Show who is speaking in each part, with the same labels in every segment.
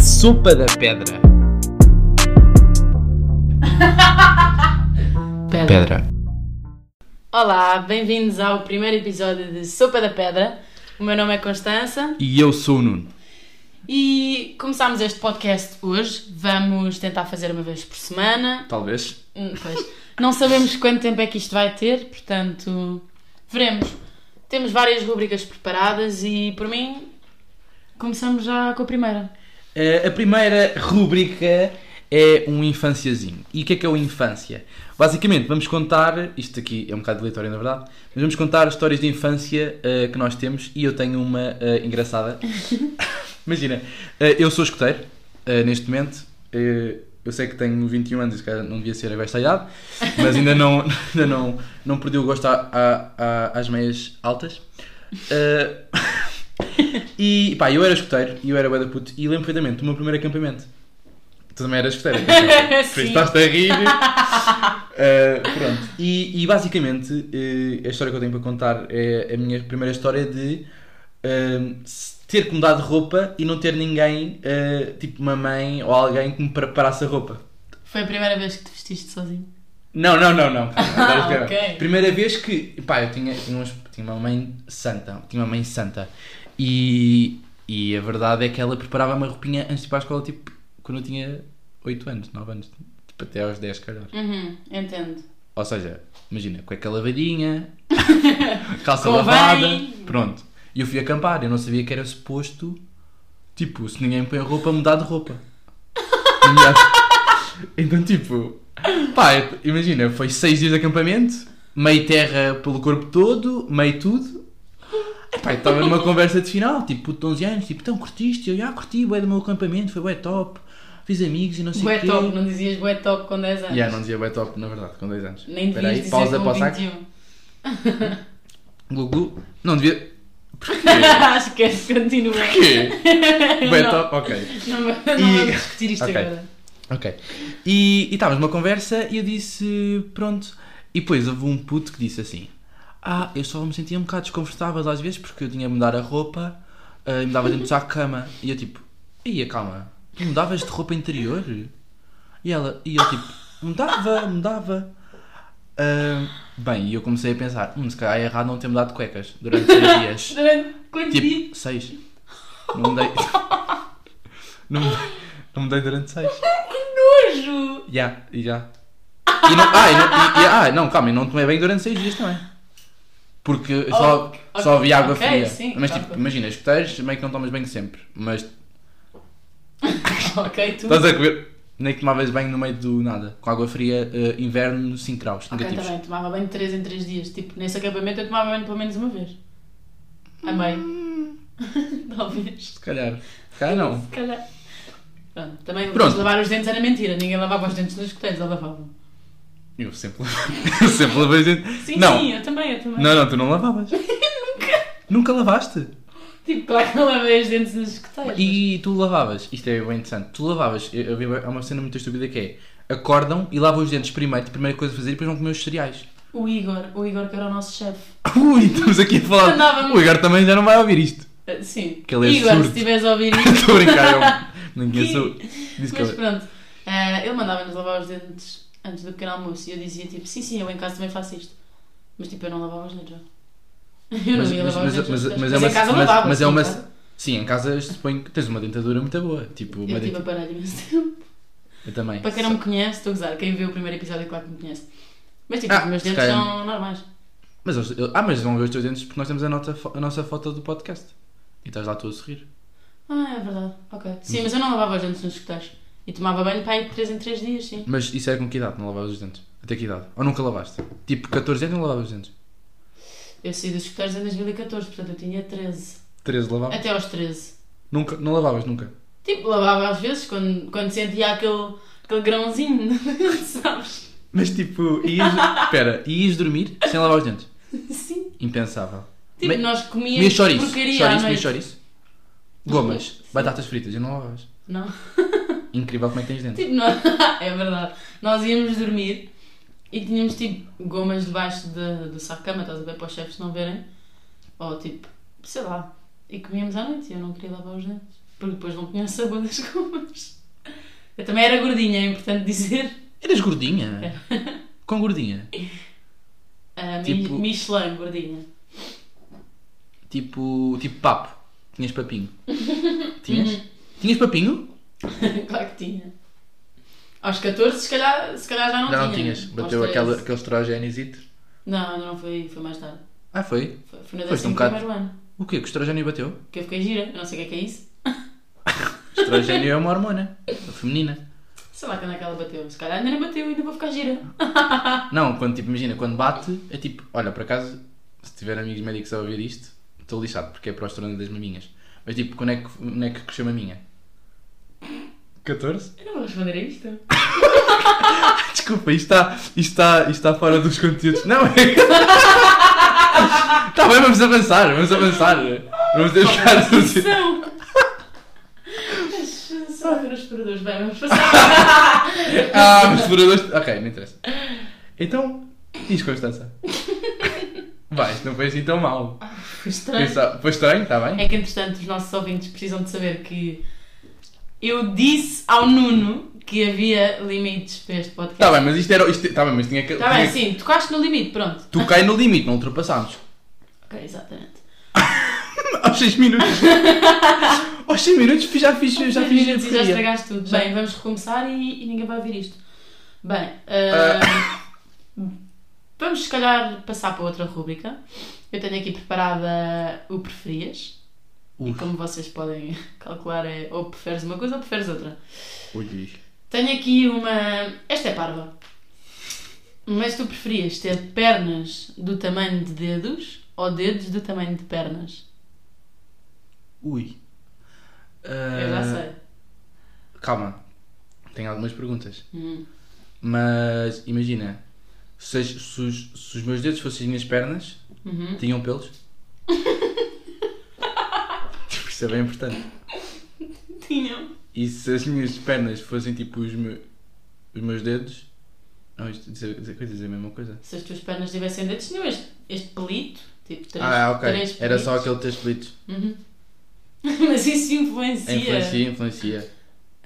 Speaker 1: Sopa da pedra.
Speaker 2: Pedra.
Speaker 1: Pedra.
Speaker 2: Olá, bem-vindos ao primeiro episódio de Sopa da Pedra. O meu nome é Constança
Speaker 1: E eu sou o Nuno.
Speaker 2: e começámos este podcast hoje. Vamos tentar fazer uma vez por semana.
Speaker 1: Talvez.
Speaker 2: Hum, Pois. Não sabemos quanto tempo é que isto vai ter, portanto, veremos. Temos várias rubricas preparadas e, por mim, começamos já com a primeira.
Speaker 1: Eh, a primeira rúbrica é um infânciazinho. E o que é que é o infância? Basicamente, vamos contar, isto aqui é um bocado aleatório na verdade, mas vamos contar histórias de infância eh, que nós temos e eu tenho uma eh, engraçada. Imagina, eh, eu sou escoteiro eh, neste momento. eh, eu sei que tenho 21 anos e se calhar não devia ser agora esta idade, mas ainda não, ainda não, não perdi o gosto à- à- à- às meias altas. Eh, E pá, eu era escoteiro e eu era bué da puto e lembro perfeitamente do meu primeiro acampamento. Tu também eras escoteiro, por isso
Speaker 2: Sim.
Speaker 1: estás a rir. Uh, pronto. E, e basicamente uh, a história que eu tenho para contar é a minha primeira história de uh, se- ter que mudar de roupa e não ter ninguém, uh, tipo uma mãe ou alguém que me preparasse a roupa.
Speaker 2: Foi a primeira vez que te vestiste sozinho.
Speaker 1: Não, não, não, não. Agora
Speaker 2: Ah,
Speaker 1: espera.
Speaker 2: ok.
Speaker 1: Primeira vez que. Pá, eu tinha, tinha, uns- tinha uma mãe santa. Tinha uma mãe santa. E, e a verdade é que ela preparava uma roupinha antes de ir para a escola, tipo, quando eu tinha 8 anos, 9 anos. Tipo, até aos 10, calhar.
Speaker 2: Uhum, entendo.
Speaker 1: Ou seja, imagina, cueca lavadinha, calça
Speaker 2: Convém.
Speaker 1: lavada. Pronto. E eu fui acampar. Eu não sabia que era suposto, tipo, se ninguém põe roupa, mudar de roupa. Imediato. então, tipo, pá, imagina, foi seis dias de acampamento, meio terra pelo corpo todo, meio tudo. Epá, eu estava numa conversa de final, tipo, puto de 11 anos, tipo, então curtiste? Eu, já curti, bué do meu acampamento, foi bué top, fiz amigos e não sei o
Speaker 2: Bué
Speaker 1: quê.
Speaker 2: top, não dizias bué top com 10 anos.
Speaker 1: Yeah, não dizia bué top, na verdade, com dois anos.
Speaker 2: Nem
Speaker 1: Espera
Speaker 2: devias
Speaker 1: aí, pausa
Speaker 2: dizer com
Speaker 1: para o saco.
Speaker 2: 21.
Speaker 1: Gugu. Não devia.
Speaker 2: Acho que és, continua.
Speaker 1: Quê? Bué
Speaker 2: Não.
Speaker 1: top, ok.
Speaker 2: Não, va- não
Speaker 1: então, E-
Speaker 2: vamos discutir isto
Speaker 1: Ok.
Speaker 2: agora.
Speaker 1: Ok. E e estávamos numa conversa e eu disse, pronto. E depois houve um puto que disse assim: Ah, eu só me sentia um bocado desconfortável às vezes porque eu tinha de mudar a roupa ah, e mudava dentro da cama. E eu tipo: Ia, calma, tu mudavas de roupa interior? E ela, e eu tipo: Mudava, mudava. Ah, bem, e eu comecei a pensar: Hum, se calhar é errado não ter mudado de cuecas durante seis dias.
Speaker 2: Durante quantos dias?
Speaker 1: Tipo, 6. Não mudei. não mudei. Não mudei durante 6.
Speaker 2: Que nojo!
Speaker 1: Já, e já. E não, ah, e não, e- e- ah, não, calma, e não tomei bem durante 6 dias também. Porque eu só,
Speaker 2: Oh, Ok, ok,
Speaker 1: só vi água
Speaker 2: ok,
Speaker 1: fria.
Speaker 2: sim, tá
Speaker 1: mas
Speaker 2: claro.
Speaker 1: tipo, imagina, escuteiros, meio que não tomas banho sempre. Mas
Speaker 2: Ok, tu.
Speaker 1: estás a comer. Nem que tomavas banho no meio do nada. Com água fria, eh, inverno, 5 graus,
Speaker 2: Ok,
Speaker 1: negativos.
Speaker 2: também, tá tomava banho 3 em 3 dias. Tipo, nesse acampamento eu tomava banho pelo menos uma vez. A meio.
Speaker 1: Hum.
Speaker 2: Talvez.
Speaker 1: Se calhar. Se calhar não.
Speaker 2: Se calhar. Pronto, também
Speaker 1: Pronto.
Speaker 2: lavar os dentes era mentira. Ninguém lavava os dentes nos escuteiros, eles lavavam.
Speaker 1: Eu sempre Eu sempre lavei gente.
Speaker 2: Sim,
Speaker 1: não.
Speaker 2: sim, eu também, eu também.
Speaker 1: Não, não, tu não lavavas. Nunca. Nunca lavaste.
Speaker 2: Tipo, claro que não lavei os dentes nos escuteiros.
Speaker 1: E tu lavavas, isto é bem interessante, tu lavavas, eu, eu vi há uma cena muito estúpida que é acordam e lavam os dentes primeiro, a primeira coisa a fazer e depois vão comer os cereais.
Speaker 2: O Igor, o Igor que era o nosso chefe.
Speaker 1: Ui, estamos aqui a falar.
Speaker 2: Andávamos.
Speaker 1: O Igor também já não vai ouvir isto.
Speaker 2: Ah, Sim.
Speaker 1: Que ele é
Speaker 2: Igor,
Speaker 1: surdo.
Speaker 2: se estiveres a ouvir isto.
Speaker 1: Estou a brincar, eu. Ninguém
Speaker 2: Que-
Speaker 1: sou. Disse que
Speaker 2: Mas
Speaker 1: eu.
Speaker 2: pronto, eh, ele mandava-nos lavar os dentes antes do pequeno almoço e eu dizia tipo, sim, sim, eu em casa também faço isto. Mas tipo, eu não lavava os dentes já. Eu não
Speaker 1: Mas-
Speaker 2: ia
Speaker 1: mas-
Speaker 2: lavar os
Speaker 1: mas-
Speaker 2: dentes.
Speaker 1: mas-
Speaker 2: depois.
Speaker 1: mas é uma-
Speaker 2: em casa
Speaker 1: mas-
Speaker 2: lavava.
Speaker 1: mas é
Speaker 2: sim,
Speaker 1: uma-
Speaker 2: em casa.
Speaker 1: Sim, em casa suponho que tens uma dentadura muito boa. Tipo, uma
Speaker 2: Eu tive
Speaker 1: dentadura.
Speaker 2: aparelho imenso tempo.
Speaker 1: Eu também.
Speaker 2: Para um- quem não me conhece, estou a gozar. Quem viu o primeiro episódio, claro que me conhece. Mas tipo,
Speaker 1: Ah,
Speaker 2: os meus
Speaker 1: se
Speaker 2: dentes
Speaker 1: calhar.
Speaker 2: são normais.
Speaker 1: Mas, eles- eu- ah, mas vão ver os teus dentes porque nós temos a, nota, fo- a nossa foto do podcast. E estás lá tu a sorrir.
Speaker 2: Ah, é verdade. Ok. Sim, mas eu não lavava os dentes nos escuteiros. E tomava banho para aí 3 em 3 dias, sim.
Speaker 1: Mas isso era com que idade? Não lavavas os dentes? Até que idade? Ou nunca lavaste? Tipo, 14 anos não lavavas os dentes?
Speaker 2: Eu saí dos escuteiros em 2014, portanto eu tinha 13.
Speaker 1: 13 lavavas?
Speaker 2: Até aos 13.
Speaker 1: Nunca, não lavavas nunca.
Speaker 2: Tipo, lavava às vezes quando, quando sentia aquele, aquele grãozinho, sabes?
Speaker 1: Mas tipo, ias, pera, ias dormir sem lavar os dentes?
Speaker 2: Sim.
Speaker 1: Impensável.
Speaker 2: Tipo,
Speaker 1: Me-
Speaker 2: nós
Speaker 1: Comias
Speaker 2: comíamos
Speaker 1: chouriço,
Speaker 2: porcaria à
Speaker 1: chouriço, comias
Speaker 2: noite.
Speaker 1: chouriço. Gomas,
Speaker 2: Sim.
Speaker 1: batatas fritas e não lavavas.
Speaker 2: Não.
Speaker 1: Incrível como é que tens dentes.
Speaker 2: Tipo, nós... é verdade. Nós íamos dormir e tínhamos tipo gomas debaixo de, do saco de cama, estás a ver para os chefes não verem. Ou tipo, sei lá. E comíamos à noite e eu não queria lavar os dentes. Porque depois não tinha sabor das gomas. Eu também era gordinha, é importante dizer.
Speaker 1: Eras gordinha? Com gordinha?
Speaker 2: Ah, mi-
Speaker 1: Tipo-
Speaker 2: Michelin, gordinha.
Speaker 1: Tipo, tipo papo. Tinhas papinho. Tinhas?
Speaker 2: Uhum.
Speaker 1: Tinhas papinho?
Speaker 2: claro que tinha. Aos 14, se calhar, se calhar já não
Speaker 1: Já
Speaker 2: tinha.
Speaker 1: não tinhas.
Speaker 2: Aos
Speaker 1: Bateu
Speaker 2: 13.
Speaker 1: aquela, aqueles estrogénios.
Speaker 2: Não, não foi, foi mais tarde.
Speaker 1: Ah, foi?
Speaker 2: Foi, foi
Speaker 1: Foste
Speaker 2: no
Speaker 1: um
Speaker 2: décimo
Speaker 1: bocado-
Speaker 2: primeiro ano.
Speaker 1: O quê? Que o estrogénio bateu?
Speaker 2: Que eu fiquei gira, eu não sei o que é que é isso.
Speaker 1: Estrogênio é uma hormona feminina.
Speaker 2: Sei lá quando é que ela bateu. Se calhar ainda não bateu, ainda vou ficar gira.
Speaker 1: Não, quando tipo, imagina, quando bate, é tipo, olha, por acaso, se tiver amigos médicos a ouvir isto, estou lixado, porque é para o estrogênio das maminhas. Mas tipo, quando é que, quando é que cresceu a maminha? 14?
Speaker 2: Eu não vou responder a isto. É
Speaker 1: Desculpa, isto está, isto está, isto está fora dos conteúdos. Não, é. Está bem, vamos avançar, vamos avançar. Vamos deixar.
Speaker 2: São! Mas Só ver os paradores. Bem, vamos passar.
Speaker 1: Ah, mas por dois. Ok, não interessa. Então, diz Constança. Vai, isto não foi assim tão mal.
Speaker 2: Foi
Speaker 1: Foi
Speaker 2: estranho.
Speaker 1: só- foi estranho, está bem?
Speaker 2: É que, entretanto, os nossos ouvintes precisam de saber que eu disse ao Nuno que havia limites para este podcast.
Speaker 1: Está bem, mas isto era. Isto, tá bem, mas tinha que.
Speaker 2: Tá bem,
Speaker 1: tinha que-
Speaker 2: sim, tocaste no limite, pronto.
Speaker 1: Tu cai no limite, não ultrapassámos.
Speaker 2: Ok, exatamente.
Speaker 1: Aos 6 minutos. Aos 6 minutos fiz- já fiz. Já
Speaker 2: Seis
Speaker 1: fiz.
Speaker 2: minutos e já
Speaker 1: porcaria.
Speaker 2: estragaste tudo.
Speaker 1: Já.
Speaker 2: Bem, vamos recomeçar e, e ninguém vai ouvir isto. Bem, ah, vamos se calhar passar para outra rúbrica. Eu tenho aqui preparada o preferias. E
Speaker 1: Uf,
Speaker 2: como vocês podem calcular, é ou preferes uma coisa ou preferes outra.
Speaker 1: ui.
Speaker 2: Tenho aqui uma. Esta é parva. Mas tu preferias ter pernas do tamanho de dedos ou dedos do tamanho de pernas?
Speaker 1: Ui.
Speaker 2: Eu já
Speaker 1: Ah,
Speaker 2: sei.
Speaker 1: Calma, tenho algumas perguntas.
Speaker 2: Hum.
Speaker 1: Mas imagina, se, as- se os, se os meus dedos fossem as minhas pernas,
Speaker 2: Uhum.
Speaker 1: tinham pelos? Tipo, Isso é bem importante.
Speaker 2: Tinham.
Speaker 1: E se as minhas pernas fossem tipo os, me- os meus dedos? Não, isto dizer, dizer, quer dizer a mesma coisa.
Speaker 2: Se as tuas pernas tivessem dedos, tinham este, este pelito. Tipo, três,
Speaker 1: ah, ok.
Speaker 2: três
Speaker 1: Era só
Speaker 2: pelitos.
Speaker 1: aquele três pelitos.
Speaker 2: Mas isso influencia. é.
Speaker 1: Influencia, influencia.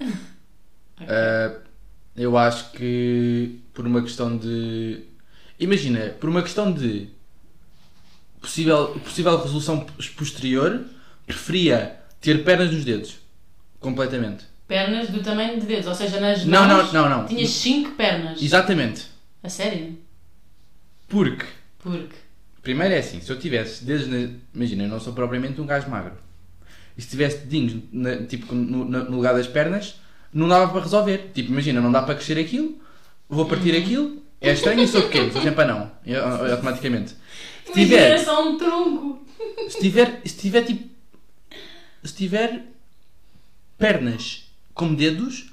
Speaker 2: Ok.
Speaker 1: Ah, eu acho que por uma questão de. Imagina, por uma questão de possível, possível resolução posterior, preferia ter pernas nos dedos. Completamente.
Speaker 2: Pernas do tamanho de dedos. Ou seja, nas
Speaker 1: Não,
Speaker 2: mãos
Speaker 1: não, não, não.
Speaker 2: tinhas cinco pernas.
Speaker 1: Exatamente.
Speaker 2: A sério?
Speaker 1: Porque,
Speaker 2: Porque...
Speaker 1: primeiro é assim, se eu tivesse dedos na. Imagina, eu não sou propriamente um gajo magro. E se tivesse dedinhos na- tipo, no, na- no lugar das pernas, não dava para resolver. Tipo, imagina, não dá para crescer aquilo, vou partir aquilo, é estranho e sou pequeno, sou sempre anão, eu- eu- automaticamente. Se
Speaker 2: Imagina,
Speaker 1: tiver-
Speaker 2: era só um tronco.
Speaker 1: Se tiver, se tiver tipo. Se tiver pernas como dedos,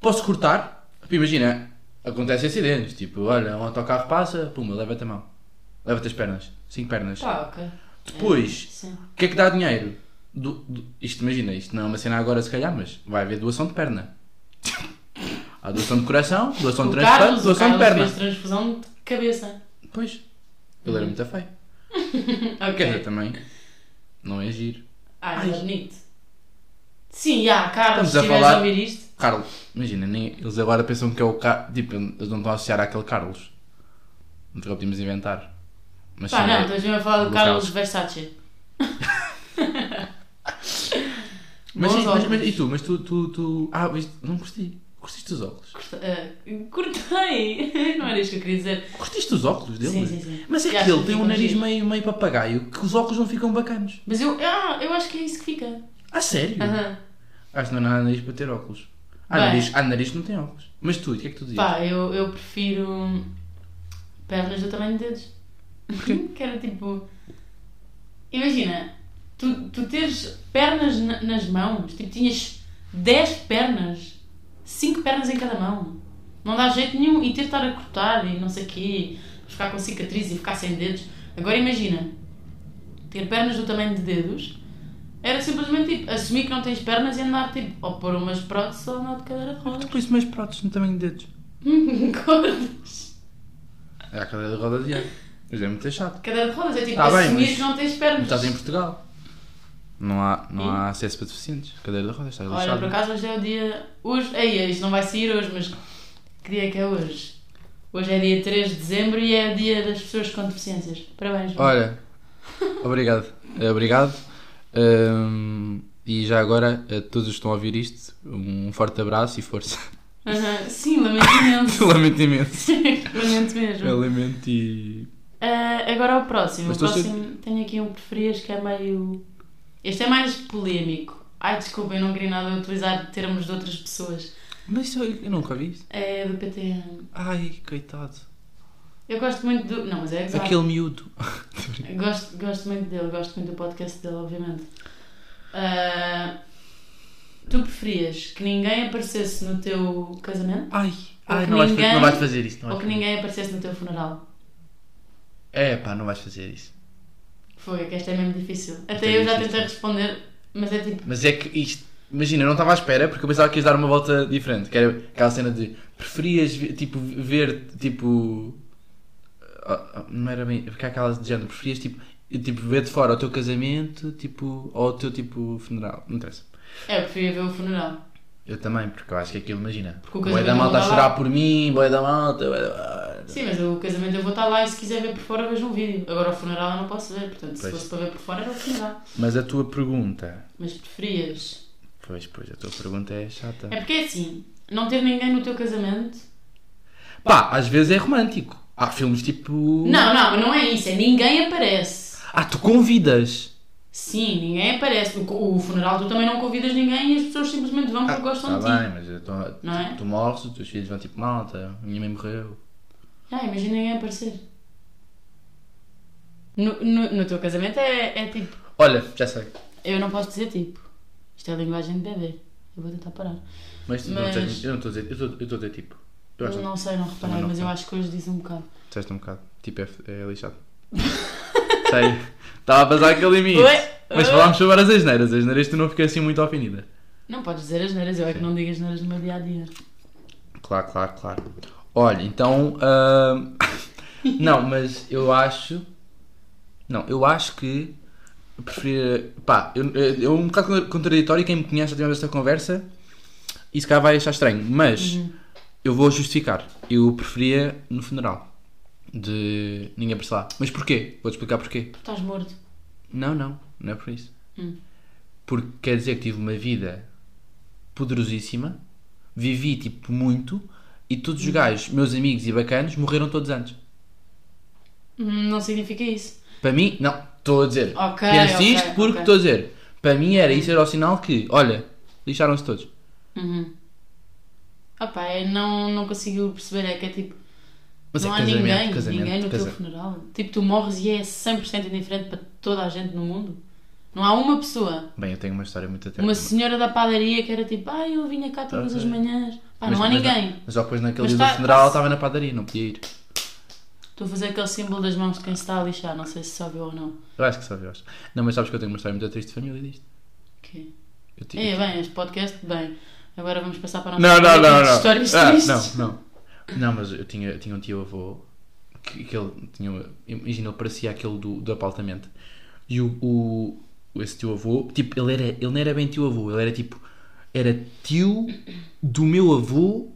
Speaker 1: posso cortar. Tipo, Imagina, acontece acidentes. Tipo, olha, um autocarro passa, pumba, leva-te a mão. Leva-te as pernas. Cinco pernas.
Speaker 2: Pá, ok.
Speaker 1: Depois,
Speaker 2: Sim.
Speaker 1: o que é que dá dinheiro? Do- do- isto, imagina, isto não é uma cena agora, se calhar, mas vai haver doação de perna. Há doação de coração, doação de
Speaker 2: O
Speaker 1: transplante,
Speaker 2: Carlos, o
Speaker 1: doação de
Speaker 2: Carlos
Speaker 1: perna.
Speaker 2: fez transfusão de cabeça.
Speaker 1: Pois, ele era muito feio. Quer dizer,
Speaker 2: Ok.
Speaker 1: também, não é giro.
Speaker 2: Ah,
Speaker 1: Ai.
Speaker 2: é bonito. Sim, já, Carlos,
Speaker 1: Estamos
Speaker 2: se
Speaker 1: a
Speaker 2: estiveres
Speaker 1: falar-
Speaker 2: a ouvir isto...
Speaker 1: Carlos, imagina, nem- eles agora pensam que é o Carlos. Tipo, eles não estão a associar àquele Carlos. Não te podemos inventar. Mas
Speaker 2: Pá,
Speaker 1: sim,
Speaker 2: não,
Speaker 1: é-
Speaker 2: estás mesmo a falar do
Speaker 1: do
Speaker 2: Carlos
Speaker 1: Carlos.
Speaker 2: Versace.
Speaker 1: mas,
Speaker 2: Bons
Speaker 1: sim, mas-
Speaker 2: óculos.
Speaker 1: mas- e tu? Mas tu, tu, tu- Ah, viste? Não curti. Curtiste os óculos?
Speaker 2: Corta- ah, cortei! Não era isto que eu queria dizer.
Speaker 1: Curtiste os óculos dele?
Speaker 2: Sim, sim, sim.
Speaker 1: Mas é
Speaker 2: Já
Speaker 1: que ele
Speaker 2: acho
Speaker 1: tem
Speaker 2: que
Speaker 1: um
Speaker 2: ficam
Speaker 1: nariz
Speaker 2: giros.
Speaker 1: meio, meio papagaio que os óculos não ficam bacanos.
Speaker 2: Mas eu, ah, eu acho que é isso que fica.
Speaker 1: A sério?
Speaker 2: Aham.
Speaker 1: Acho que não há nada nariz para ter óculos. Há
Speaker 2: Bem.
Speaker 1: nariz, há nariz que não tem óculos. Mas tu, o que é que tu dizes?
Speaker 2: Pá, eu, eu prefiro pernas do tamanho de dedos. que era tipo. Imagina, tu, tu teres pernas na- nas mãos, tipo, tinhas 10 pernas, 5 pernas em cada mão. Não dá jeito nenhum e ter de estar a cortar e não sei o quê, ficar com cicatriz e ficar sem dedos. Agora imagina, ter pernas do tamanho de dedos era simplesmente tipo, assumir que não tens pernas e andar tipo, ou pôr umas próteses ou andar de cadeira de rodas.
Speaker 1: Tu pões mais pratos no tamanho de dedos.
Speaker 2: Cordas.
Speaker 1: É a cadeira de rodas de ar. Mas é muito chato.
Speaker 2: Cadeira de rodas, é tipo
Speaker 1: Tá bem,
Speaker 2: assumir
Speaker 1: mas-
Speaker 2: que não tens pernas.
Speaker 1: Mas estás em Portugal. Não há, não
Speaker 2: E?
Speaker 1: há acesso para deficientes. Cadeira de rodas, estás
Speaker 2: Olha,
Speaker 1: lixado.
Speaker 2: por acaso hoje é o dia. Hoje. Ei, isto não vai sair hoje, mas que dia é que é hoje? Hoje é dia 3 de dezembro e é o dia das pessoas com deficiências. Parabéns, João.
Speaker 1: Olha, obrigado. Eh, Obrigado. Ahm, e já agora, a todos os que estão a ouvir isto, um forte abraço e força.
Speaker 2: Aham, Sim, lamento imenso.
Speaker 1: lamento imenso.
Speaker 2: lamento mesmo.
Speaker 1: Eu lamento e.
Speaker 2: Ah, agora o próximo.
Speaker 1: Mas
Speaker 2: O
Speaker 1: tu achas-
Speaker 2: próximo tenho aqui um preferias que é meio. Este é mais polémico. Ai, desculpa, eu não queria nada utilizar termos de outras pessoas.
Speaker 1: Mas isso eu eu nunca vi isso.
Speaker 2: É do PTM.
Speaker 1: Ai, coitado.
Speaker 2: Eu gosto muito do. Não, mas é exato.
Speaker 1: Aquele miúdo.
Speaker 2: Gosto, gosto muito dele, gosto muito do podcast dele, obviamente. Ah, tu preferias que ninguém aparecesse no teu casamento
Speaker 1: Ai,
Speaker 2: Ou
Speaker 1: ai
Speaker 2: que
Speaker 1: não, vais, fa-
Speaker 2: ninguém-
Speaker 1: não vais fazer isso. Não
Speaker 2: ou
Speaker 1: vais
Speaker 2: que
Speaker 1: fazer.
Speaker 2: ninguém aparecesse no teu funeral?
Speaker 1: É pá, não vais fazer isso.
Speaker 2: Foi, que esta é mesmo difícil. Até
Speaker 1: é
Speaker 2: eu já
Speaker 1: difícil.
Speaker 2: tentei responder, mas é tipo.
Speaker 1: Mas é que isto. Imagina, eu não estava à espera porque eu pensava que ias dar uma volta diferente. Que era aquela cena de. Preferias ver, tipo, ver tipo. ah, ah, Não era bem. Porque há aquela de género. Preferias tipo. Tipo, ver de fora o teu casamento tipo, ou o teu tipo funeral. Não interessa.
Speaker 2: É, eu preferia ver o funeral. eu
Speaker 1: Eu também, porque eu acho que aquilo, imagina.
Speaker 2: Porque o
Speaker 1: Boia da
Speaker 2: casamento
Speaker 1: malta a
Speaker 2: não dá
Speaker 1: chorar
Speaker 2: lá.
Speaker 1: por mim, boia da malta. bué da-
Speaker 2: Sim, mas o casamento eu vou estar lá e se quiser ver por fora vejo um vídeo. Agora o funeral eu não posso ver, portanto se
Speaker 1: Pois.
Speaker 2: fosse para ver por fora era o funeral.
Speaker 1: Mas a tua pergunta.
Speaker 2: Mas preferias.
Speaker 1: Pois, pois, a tua pergunta é chata.
Speaker 2: É porque é assim, não ter ninguém no teu casamento.
Speaker 1: Pá, às vezes é romântico. Há filmes tipo.
Speaker 2: Não, não, não é isso, é ninguém aparece.
Speaker 1: Ah, tu convidas.
Speaker 2: Sim, ninguém aparece. O, o funeral tu também não convidas ninguém e as pessoas simplesmente vão porque
Speaker 1: Tá
Speaker 2: gostam de ti.
Speaker 1: bem, mas eu tô,
Speaker 2: Não é?
Speaker 1: tu, tu morres, os teus filhos vão tipo malta, a minha mãe morreu.
Speaker 2: Ah, imagina ninguém aparecer. No, no, no teu casamento é, é tipo.
Speaker 1: Olha, já sei.
Speaker 2: Eu não posso dizer tipo. Isto é linguagem de bebê. Eu vou tentar parar.
Speaker 1: Mas tu não
Speaker 2: Mas-
Speaker 1: tens, eu não estou a dizer, eu estou- eu estou a dizer tipo. Eu acho
Speaker 2: Eu não sei, não reparei,
Speaker 1: Também não
Speaker 2: mas eu
Speaker 1: sei.
Speaker 2: acho que hoje diz um bocado.
Speaker 1: que disseste um bocado. Tipo, é, é lixado. sei. Estava a passar aquele limite.
Speaker 2: Ué,
Speaker 1: Mas
Speaker 2: ué.
Speaker 1: falámos sobre as asneiras. As asneiras tu não fiquei assim muito ofendida.
Speaker 2: Não podes dizer as neiras, eu é que
Speaker 1: Sim.
Speaker 2: não digo as neiras no meu dia a dia.
Speaker 1: Claro, claro, claro. Olha, então. ahm, não, mas eu acho. Não, eu acho que. eu Preferia. Pá, eu, eu, eu um bocado contraditório. Quem me conhece já tivemos esta conversa. E se calhar vai achar estranho. Mas eu vou justificar. Eu preferia no funeral. De ninguém aparecer lá. Mas porquê? Vou-te explicar porquê.
Speaker 2: Tu estás morto.
Speaker 1: Não, não, não é por isso.
Speaker 2: Hum.
Speaker 1: Porque quer dizer que tive uma vida poderosíssima, vivi tipo muito e todos os gajos, meus amigos e bacanos, morreram todos antes.
Speaker 2: Hum, Não significa isso.
Speaker 1: Para mim, não, estou a dizer.
Speaker 2: Ok,
Speaker 1: Penso
Speaker 2: ok,
Speaker 1: isto porque
Speaker 2: ok.
Speaker 1: estou a dizer. Para mim era isso, era o sinal que, olha, lixaram-se todos.
Speaker 2: Uhum. Opa, eu não, não consigo perceber, é que é tipo.
Speaker 1: Mas é
Speaker 2: não há
Speaker 1: casamento,
Speaker 2: ninguém,
Speaker 1: casamento,
Speaker 2: ninguém no teu
Speaker 1: casamento.
Speaker 2: funeral. Tipo, tu morres e é 100% indiferente para toda a gente no mundo. Não há uma pessoa,
Speaker 1: Bem, eu tenho uma história muito até.
Speaker 2: uma senhora da padaria que era tipo, ah, eu vinha cá todas as
Speaker 1: Ok.
Speaker 2: manhãs. Pá, ah, não há ninguém.
Speaker 1: Mas, só depois naquele
Speaker 2: Mas
Speaker 1: dia do
Speaker 2: tá-
Speaker 1: funeral
Speaker 2: tá-
Speaker 1: estava na padaria, não podia ir.
Speaker 2: Estou a fazer aquele símbolo das mãos de quem se está a lixar, não sei se soube ou não.
Speaker 1: Eu acho que sabe, eu acho. Não, mas sabes que eu tenho uma história muito triste de família disto.
Speaker 2: Ok.
Speaker 1: Eu ti-
Speaker 2: É, bem, este podcast, bem. Agora vamos passar para a
Speaker 1: Tipo Não, não,
Speaker 2: rubrica
Speaker 1: não,
Speaker 2: de
Speaker 1: não.
Speaker 2: Histórias
Speaker 1: Ah,
Speaker 2: tristes.
Speaker 1: não, não. Não, mas eu tinha, eu tinha um tio avô que, que ele tinha. uma- Imagina, ele parecia aquele do, do apartamento. E o, o- Esse tio avô, tipo, ele, era, ele não era bem tio avô, ele era tipo. Era tio do meu avô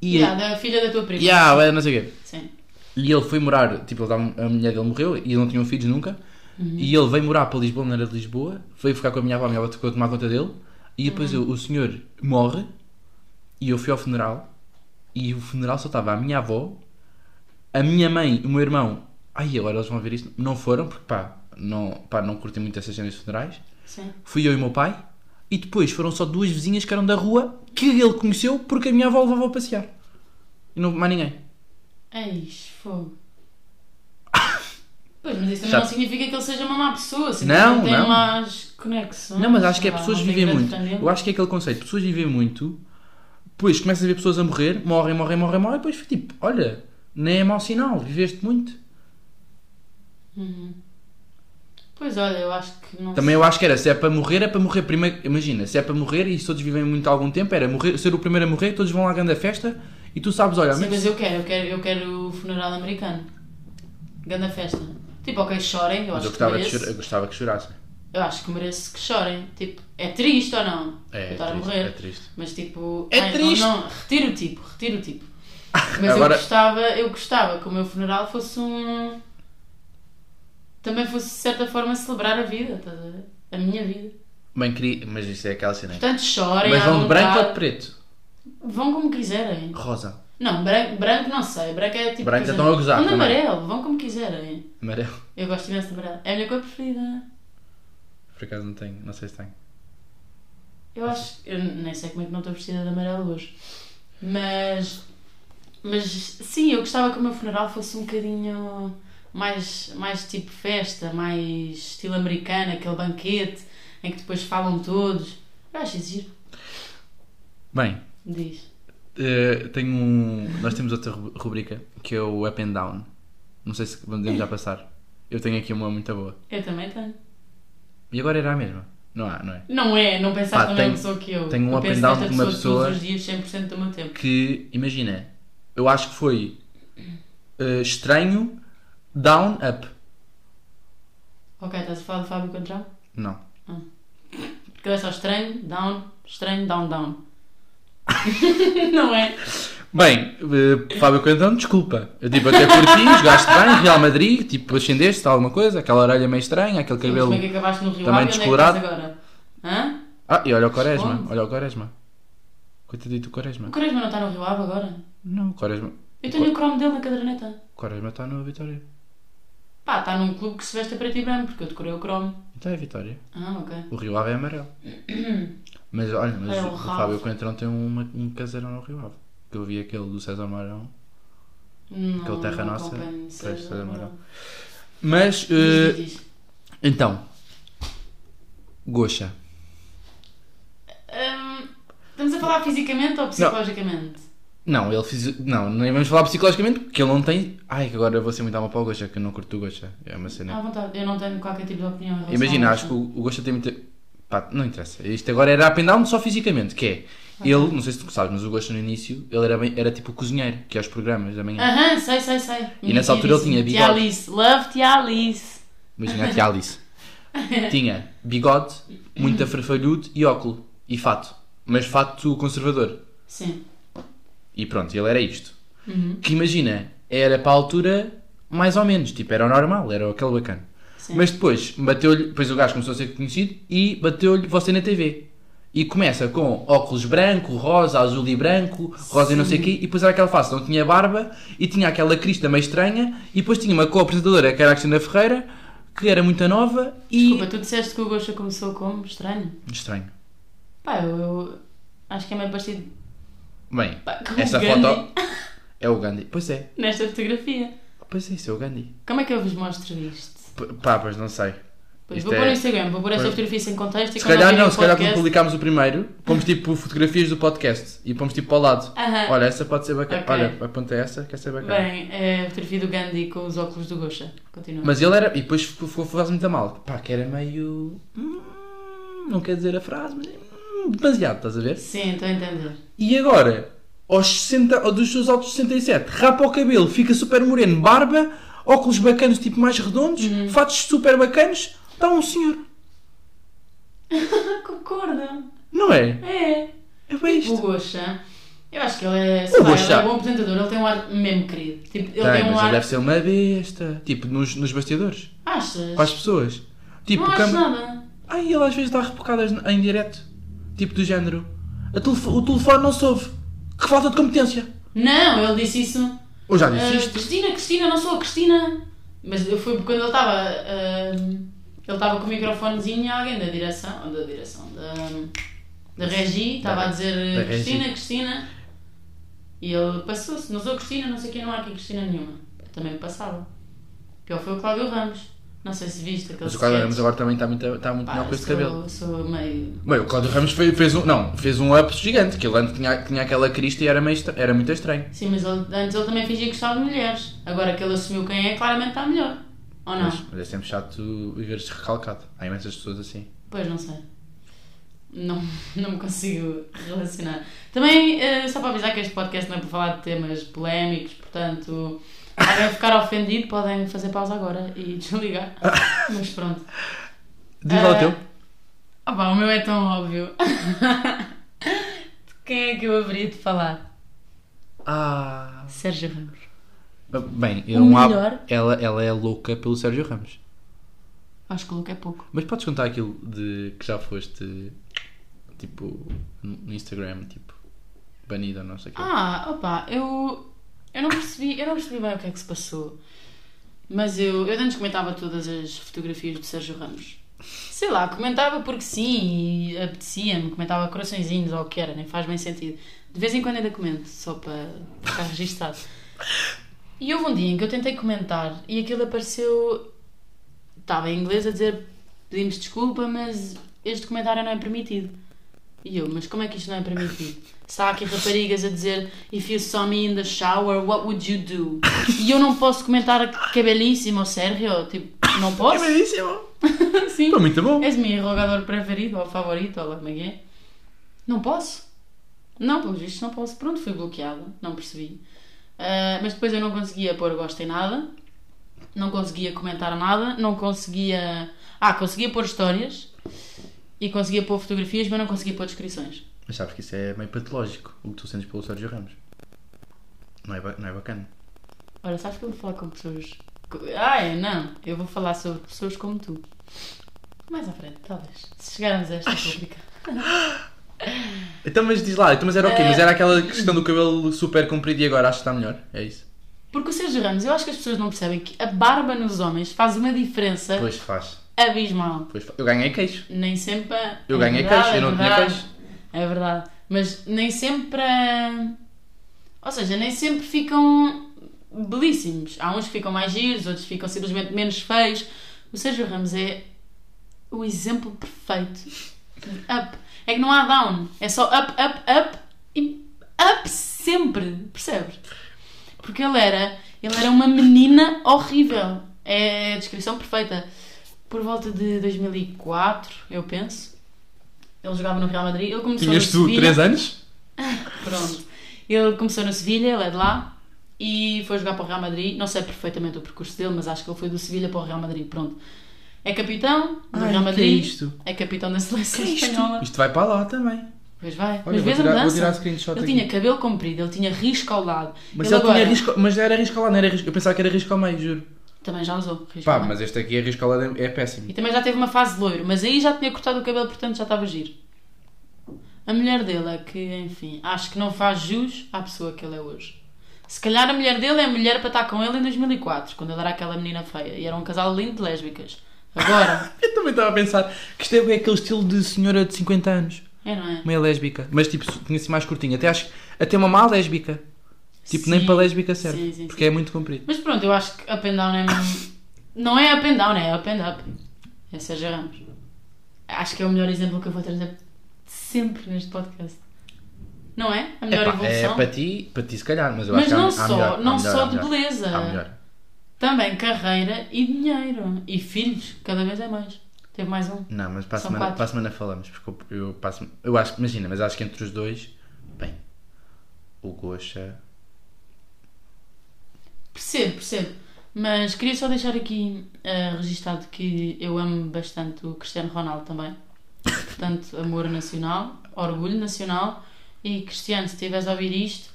Speaker 1: e.
Speaker 2: Yeah, da filha da tua prima.
Speaker 1: Yeah, ué, não sei o quê.
Speaker 2: Sim.
Speaker 1: E ele foi morar, tipo, ele tava- a mulher dele morreu e não tinham filhos nunca. E ele veio morar para Lisboa, não era de Lisboa, veio ficar com a minha avó, a minha avó ficou a tomar conta dele. E depois eu- o senhor morre e eu fui ao funeral e o funeral só estava a minha avó, a minha mãe, o meu irmão. Ai, agora eles vão ver isto. Não foram, porque pá, não, pá, não curti muito essas cenas de funerais.
Speaker 2: Sim.
Speaker 1: Fui eu e o meu pai. E depois foram só duas vizinhas que eram da rua que ele conheceu porque a minha avó levava a passear. E não mais ninguém.
Speaker 2: Eis, É fogo. Pois, mas isso também
Speaker 1: Chato.
Speaker 2: não significa que ele seja uma má pessoa. Se
Speaker 1: Não,
Speaker 2: não. Tem
Speaker 1: não.
Speaker 2: más conexões.
Speaker 1: Não, mas acho que é
Speaker 2: sei lá,
Speaker 1: pessoas
Speaker 2: não tem
Speaker 1: vivem
Speaker 2: grande
Speaker 1: muito.
Speaker 2: família.
Speaker 1: Eu acho que é aquele conceito, pessoas vivem muito, depois começas a ver pessoas a morrer, morrem, morrem, morrem, morrem, e depois fica tipo, olha, nem é mau sinal, viveste muito.
Speaker 2: Uhum. Pois olha, eu acho que não
Speaker 1: Também eu acho que era, se é para morrer, é para morrer primeiro. Imagina, se é para morrer e se todos vivem muito há algum tempo, era morrer, ser o primeiro a morrer, todos vão lá à grande festa e tu sabes, olha,
Speaker 2: Sim,
Speaker 1: mas-
Speaker 2: mas eu quero, eu quero, eu quero o funeral americano. Grande festa. Tipo, ok, chorem, eu
Speaker 1: mas
Speaker 2: acho
Speaker 1: eu
Speaker 2: que
Speaker 1: gostava, de
Speaker 2: mereço.
Speaker 1: chorar, eu gostava que chorassem.
Speaker 2: eu acho que mereço que chorem. Tipo, é triste ou não?
Speaker 1: É,
Speaker 2: eu
Speaker 1: é
Speaker 2: estar a
Speaker 1: triste,
Speaker 2: morrer.
Speaker 1: é triste.
Speaker 2: Mas tipo.
Speaker 1: É
Speaker 2: então
Speaker 1: triste.
Speaker 2: Não, retiro o tipo, retiro o tipo. Mas
Speaker 1: Agora-
Speaker 2: eu, gostava, eu gostava que o meu funeral fosse um. Também fosse de certa forma celebrar a vida, estás a ver? A minha vida.
Speaker 1: Bem, queria... mas isso é aquela cena.
Speaker 2: Portanto, chorem.
Speaker 1: Mas
Speaker 2: à
Speaker 1: vão de branco ou de
Speaker 2: vontade.
Speaker 1: preto?
Speaker 2: Vão como quiserem.
Speaker 1: Rosa.
Speaker 2: Não, branco, branco não sei. Branco é tipo.
Speaker 1: Branco já
Speaker 2: coisa-
Speaker 1: estão a gozar
Speaker 2: Vão de
Speaker 1: também.
Speaker 2: amarelo, vão como quiserem.
Speaker 1: Amarelo.
Speaker 2: Eu gosto imenso de amarelo. É a minha cor preferida.
Speaker 1: Por acaso não tenho, não sei se tenho.
Speaker 2: Eu acho. Eu nem sei como é que não estou vestida de amarelo hoje. Mas. Mas sim, eu gostava que o meu funeral fosse um bocadinho mais, mais tipo festa, mais estilo americano, aquele banquete em que depois falam todos. Eu acho isso giro.
Speaker 1: Bem,
Speaker 2: Diz.
Speaker 1: eh, tenho um. Nós temos outra ru- rubrica que é o Up and Down. Não sei se podemos já passar. Eu tenho aqui uma muito boa.
Speaker 2: Eu também tenho.
Speaker 1: E agora era a mesma? Não há, não é?
Speaker 2: Não é, não pensaste
Speaker 1: Pá,
Speaker 2: na mesma
Speaker 1: tenho-
Speaker 2: pessoa que eu.
Speaker 1: tenho um
Speaker 2: eu
Speaker 1: up
Speaker 2: penso
Speaker 1: and down
Speaker 2: nesta
Speaker 1: de uma
Speaker 2: todos os dias 100% do meu tempo.
Speaker 1: Que, imagina, eu acho que foi eh, estranho, down, up.
Speaker 2: Ok, estás a falar do Fábio Contrão?
Speaker 1: Não.
Speaker 2: Porque ele é só estranho, down, estranho, down, down. não é?
Speaker 1: Bem, eh, Fábio Cantão, desculpa. Eu tipo, até curti, jogaste bem, Real Madrid, tipo, ascendeste alguma coisa, aquela orelha meio estranha, aquele
Speaker 2: Mas
Speaker 1: cabelo.
Speaker 2: como é que acabaste no Rio
Speaker 1: também
Speaker 2: Ave e onde é que estás
Speaker 1: descolorado.
Speaker 2: agora? Hã?
Speaker 1: Ah, e olha o Quaresma,
Speaker 2: Responde.
Speaker 1: olha o Quaresma. Coitadito do
Speaker 2: O
Speaker 1: Quaresma.
Speaker 2: Quaresma não está no Rio Ave agora?
Speaker 1: Não, o Quaresma.
Speaker 2: Eu tenho o cromo dele na caderneta.
Speaker 1: o Quaresma está no Vitória.
Speaker 2: Pá, está num clube que se veste a preto e branco, porque eu decorei o cromo.
Speaker 1: Então é Vitória.
Speaker 2: Ah, ok.
Speaker 1: O Rio Ave é amarelo. Mas olha, mas
Speaker 2: É o
Speaker 1: o
Speaker 2: Rafa.
Speaker 1: Fábio Coentrão tem uma, um caseirão no Rio Ave. Que eu vi aquele do César Marão.
Speaker 2: Não,
Speaker 1: Aquele Terra
Speaker 2: não
Speaker 1: Nossa,
Speaker 2: acompanho,
Speaker 1: Prestes
Speaker 2: seja,
Speaker 1: a
Speaker 2: não.
Speaker 1: Morar. Mas,
Speaker 2: Diz,
Speaker 1: eh,
Speaker 2: diz, diz.
Speaker 1: então. Goxa.
Speaker 2: Hum, Estamos a falar fisicamente ou psicologicamente?
Speaker 1: Não, ele fez. Não, nem vamos falar psicologicamente porque ele não tem. Ai, que agora eu vou ser muito alma para o Goxa, que eu não curto o Goxa. É uma cena.
Speaker 2: À vontade, eu não tenho qualquer tipo de opinião. em relação
Speaker 1: Imagina,
Speaker 2: a
Speaker 1: acho que
Speaker 2: isso.
Speaker 1: o o Gosta tem muita. Pá, não interessa. Isto agora era up and down só fisicamente, que é.
Speaker 2: Ah,
Speaker 1: Ele,
Speaker 2: tá.
Speaker 1: não sei se tu sabes, mas o Gosta no início, ele era, bem, era tipo o cozinheiro, que é aos programas da manhã.
Speaker 2: Aham, sei, sei, sei.
Speaker 1: E nessa altura ele tinha
Speaker 2: Tia
Speaker 1: bigode.
Speaker 2: Alice, love Tia Alice.
Speaker 1: Imagina a tia Alice. Tinha bigode, muito farfalhudo e óculo. E fato. Mas fato conservador.
Speaker 2: Sim.
Speaker 1: E pronto, ele era isto. Que imagina, era para a altura mais ou menos, tipo, era o normal, era aquele bacana.
Speaker 2: Sim.
Speaker 1: Mas depois bateu-lhe, depois o gajo começou a ser conhecido e bateu-lhe você na TV. E começa com óculos branco, rosa, azul e branco, rosa e não sei o quê, e depois era aquela face, não tinha barba e tinha aquela crista meio estranha, e depois tinha uma co-apresentadora que era a Cristina Ferreira, que era muito nova e.
Speaker 2: Desculpa, tu disseste que o Gosha começou como? Estranho.
Speaker 1: Estranho.
Speaker 2: Pá, eu, eu acho que é meio parecido
Speaker 1: Bem,
Speaker 2: Pá, com o
Speaker 1: essa
Speaker 2: Gandhi.
Speaker 1: foto é o Gandhi. Pois é,
Speaker 2: nesta fotografia.
Speaker 1: pois é, isso é o Gandhi.
Speaker 2: Como é que eu vos mostro isto?
Speaker 1: P pá, pois não sei.
Speaker 2: Pois,
Speaker 1: Isto
Speaker 2: vou pôr no
Speaker 1: é-
Speaker 2: Instagram, vou pôr esta
Speaker 1: Pois.
Speaker 2: fotografia sem contexto e
Speaker 1: Se
Speaker 2: quando
Speaker 1: calhar
Speaker 2: ouvirem
Speaker 1: não,
Speaker 2: o
Speaker 1: se calhar quando
Speaker 2: podcast-
Speaker 1: publicámos o primeiro, pomos tipo fotografias do podcast e pomos tipo para o lado.
Speaker 2: Aham.
Speaker 1: Olha, essa pode ser bacana.
Speaker 2: Ah. Ok.
Speaker 1: Olha, aponta essa, que essa é bacana.
Speaker 2: Bem, é a fotografia do Gandhi com os óculos do Gosha. Continua.
Speaker 1: Mas ele era. E depois ficou ficou a frase muito a mal. Pá, que era meio. hum, não quer dizer a frase, mas. hum, demasiado, estás a ver?
Speaker 2: Sim, estou a entender.
Speaker 1: E agora, aos 60, ou dos seus altos 67, rapa o cabelo, fica super moreno, barba, óculos bacanos, tipo mais redondos,
Speaker 2: Uhum.
Speaker 1: fatos super bacanos, está um senhor.
Speaker 2: Concordo.
Speaker 1: Não é?
Speaker 2: É.
Speaker 1: É bem
Speaker 2: O
Speaker 1: isto.
Speaker 2: Gosha. Eu acho que ele é, sei lá,
Speaker 1: Gosha-
Speaker 2: ele é um bom apresentador, ele tem um ar mesmo querido. Tipo, ele
Speaker 1: Tem,
Speaker 2: tem um
Speaker 1: mas
Speaker 2: ar.
Speaker 1: ele deve ser uma besta. Tipo, nos, nos bastidores.
Speaker 2: Achas?
Speaker 1: para as pessoas. Tipo,
Speaker 2: não acho
Speaker 1: cam...
Speaker 2: nada.
Speaker 1: Ai, ele às vezes dá repocadas em direto. Tipo, do género. A telefo- O telefone não soube. Que falta de competência.
Speaker 2: Não, ele disse isso.
Speaker 1: Ou já
Speaker 2: Ah,
Speaker 1: disse isto.
Speaker 2: Cristina, Cristina, não sou a Cristina. Mas eu fui quando ele estava. ah, ele estava com o microfonezinho e alguém da direção. Da direção. Da, da Regi estava
Speaker 1: Da-
Speaker 2: a dizer
Speaker 1: da Regi.
Speaker 2: Cristina, Cristina. E ele passou-se. Não sou a Cristina, não sei quem, não há aqui Cristina nenhuma. Também passava. Pior foi o Cláudio Ramos. Não sei se viste aquele
Speaker 1: Mas o Cláudio
Speaker 2: sketch.
Speaker 1: Ramos agora também está muito, está muito
Speaker 2: Pá,
Speaker 1: mal com esse
Speaker 2: sou-
Speaker 1: cabelo.
Speaker 2: Sou meio.
Speaker 1: Bem, o Cláudio Ramos fe- fez, um. Não, fez um up gigante. Que ele antes tinha, tinha aquela crista e era, meio estra- era muito estranho.
Speaker 2: Sim, mas ele- antes ele também fingia que gostava de mulheres. Agora que ele assumiu quem é, claramente está melhor. Ou não?
Speaker 1: Mas, mas é sempre chato viver-se recalcado. Há imensas pessoas assim.
Speaker 2: Pois não sei. Não, não me consigo relacionar. Também, eh, só para avisar que este podcast não é para falar de temas polémicos, portanto, alguém ficar ofendido podem fazer pausa agora e desligar. Mas pronto.
Speaker 1: Diz lá o
Speaker 2: Ah.
Speaker 1: teu.
Speaker 2: Ah pá, o meu é tão óbvio. De quem é que eu haveria de falar?
Speaker 1: Ah.
Speaker 2: Sérgio Ramos.
Speaker 1: Bem, eu
Speaker 2: O
Speaker 1: não há-
Speaker 2: melhor.
Speaker 1: ela, ela é louca pelo Sérgio Ramos.
Speaker 2: Acho que o Luke é pouco.
Speaker 1: Mas podes contar aquilo de que já foste tipo no no Instagram, tipo, banido ou não sei o quê.
Speaker 2: Ah, opa, eu, eu não percebi, eu não percebi bem o que é que se passou. Mas eu, eu antes comentava todas as fotografias do Sérgio Ramos. Sei lá, comentava porque sim e apetecia-me, comentava coraçõezinhos ou o que era, nem faz bem sentido. De vez em quando ainda comento, só para ficar registado. E houve um dia em que eu tentei comentar e aquilo apareceu. Estava em inglês a dizer pedimos desculpa, mas este comentário não é permitido. E eu, mas como é que isto não é permitido? Se há aqui raparigas a dizer If you saw me in the shower, what would you do? E eu não posso comentar que é belíssimo, Sérgio. Tipo, não
Speaker 1: É
Speaker 2: posso?
Speaker 1: belíssimo!
Speaker 2: Sim.
Speaker 1: Pô, muito bom!
Speaker 2: És meu jogador preferido ou favorito, ou lá como é que é? Não posso. Não, pelos vistos não posso. Pronto, fui bloqueada, não percebi. Ah, mas depois eu não conseguia pôr gosto em nada, não conseguia comentar nada, não conseguia. Ah, conseguia pôr histórias e conseguia pôr fotografias, mas não conseguia pôr descrições.
Speaker 1: Mas sabes que isso é meio patológico, o que tu sentes pelo Sérgio Ramos. Não é, ba- não é bacana.
Speaker 2: Olha, sabes que eu vou falar com pessoas. co- Ah, é, não. Eu vou falar sobre pessoas como tu. Mais à frente, talvez. Se chegarmos a esta pública.
Speaker 1: Então, mas diz lá, então, mas era o quê?
Speaker 2: É.
Speaker 1: Mas era aquela questão do cabelo super comprido e agora acho que está melhor? É isso?
Speaker 2: Porque o Sérgio Ramos, eu acho que as pessoas não percebem que a barba nos homens faz uma diferença
Speaker 1: Pois faz,
Speaker 2: abismal.
Speaker 1: pois faz. Eu ganhei queixo.
Speaker 2: Nem sempre.
Speaker 1: Eu
Speaker 2: é
Speaker 1: ganhei
Speaker 2: verdade,
Speaker 1: queixo, eu
Speaker 2: é
Speaker 1: não tinha
Speaker 2: verdade.
Speaker 1: queixo.
Speaker 2: É verdade. Mas nem sempre. ah, Ou seja, nem sempre ficam belíssimos. Há uns que ficam mais giros, outros ficam simplesmente menos feios. O Sérgio Ramos é o exemplo perfeito de up. É que não há down. É só up, up, up e up sempre. Percebes? Porque ele era, ele era uma menina horrível. É a descrição perfeita. Por volta de 2004, eu penso. Ele jogava no Real Madrid. Ele começou
Speaker 1: Tinhas
Speaker 2: no
Speaker 1: tu
Speaker 2: Sevilha.
Speaker 1: 3 anos?
Speaker 2: Pronto. Ele começou no Sevilha, ele é de lá, e foi jogar para o Real Madrid. Não sei perfeitamente o percurso dele, mas acho que ele foi do Sevilha para o Real Madrid. Pronto. É capitão do
Speaker 1: Ai,
Speaker 2: Real
Speaker 1: que é
Speaker 2: Madrid.
Speaker 1: isto?
Speaker 2: É capitão da seleção
Speaker 1: isto?
Speaker 2: espanhola.
Speaker 1: Isto vai para lá também.
Speaker 2: Pois vai.
Speaker 1: Olha,
Speaker 2: mas
Speaker 1: vou
Speaker 2: vês a
Speaker 1: tirar- vou
Speaker 2: mudança?
Speaker 1: tirar screenshot
Speaker 2: ele
Speaker 1: aqui.
Speaker 2: tinha cabelo comprido, ele tinha risco ao lado.
Speaker 1: Mas ele
Speaker 2: agora-
Speaker 1: tinha risco, mas era risco lá, não era risco. Eu pensava que era risco ao meio, juro.
Speaker 2: Também já usou risco
Speaker 1: Pá,
Speaker 2: ao lado.
Speaker 1: mas este aqui é risco ao lado, é péssimo.
Speaker 2: E também já teve uma fase de loiro, mas aí já tinha cortado o cabelo, portanto já estava giro. A mulher dele é que, enfim, acho que não faz jus à pessoa que ele é hoje. Se calhar a mulher dele é a mulher para estar com ele em 2004, quando ele era aquela menina feia. E era um casal lindo de lésbicas. Agora,
Speaker 1: Eu também estava a pensar que isto é aquele estilo de senhora de 50 anos,
Speaker 2: é não é?
Speaker 1: meio lésbica, mas tipo, tinha-se mais curtinho, até acho até uma má lésbica. Tipo, nem
Speaker 2: Sim,
Speaker 1: para lésbica serve,
Speaker 2: sim, sim,
Speaker 1: porque é muito comprido.
Speaker 2: Mas pronto, eu acho que up and down é mesmo... Não é up and down, é up and up. É Sérgio Ramos. Acho que é o melhor exemplo que eu vou trazer sempre neste podcast. Não é? A melhor
Speaker 1: Epá,
Speaker 2: evolução.
Speaker 1: é para ti, para ti se calhar, mas eu acho
Speaker 2: Mas
Speaker 1: que há-
Speaker 2: não
Speaker 1: há
Speaker 2: só,
Speaker 1: melhor, há
Speaker 2: não
Speaker 1: melhor,
Speaker 2: só
Speaker 1: há
Speaker 2: de
Speaker 1: melhor.
Speaker 2: beleza.
Speaker 1: Há melhor.
Speaker 2: Também carreira e dinheiro. E filhos, cada vez é mais. Teve mais um.
Speaker 1: Não, mas para a,
Speaker 2: São
Speaker 1: semana,
Speaker 2: quatro.
Speaker 1: para a semana falamos, porque eu, eu, para a sema- eu acho que, imagina, mas acho que entre os dois, bem, o Gocha.
Speaker 2: Percebo, percebo. Mas queria só deixar aqui eh, registado que eu amo bastante o Cristiano Ronaldo também. Portanto, amor nacional, orgulho nacional. E Cristiano, se estiveres a ouvir isto,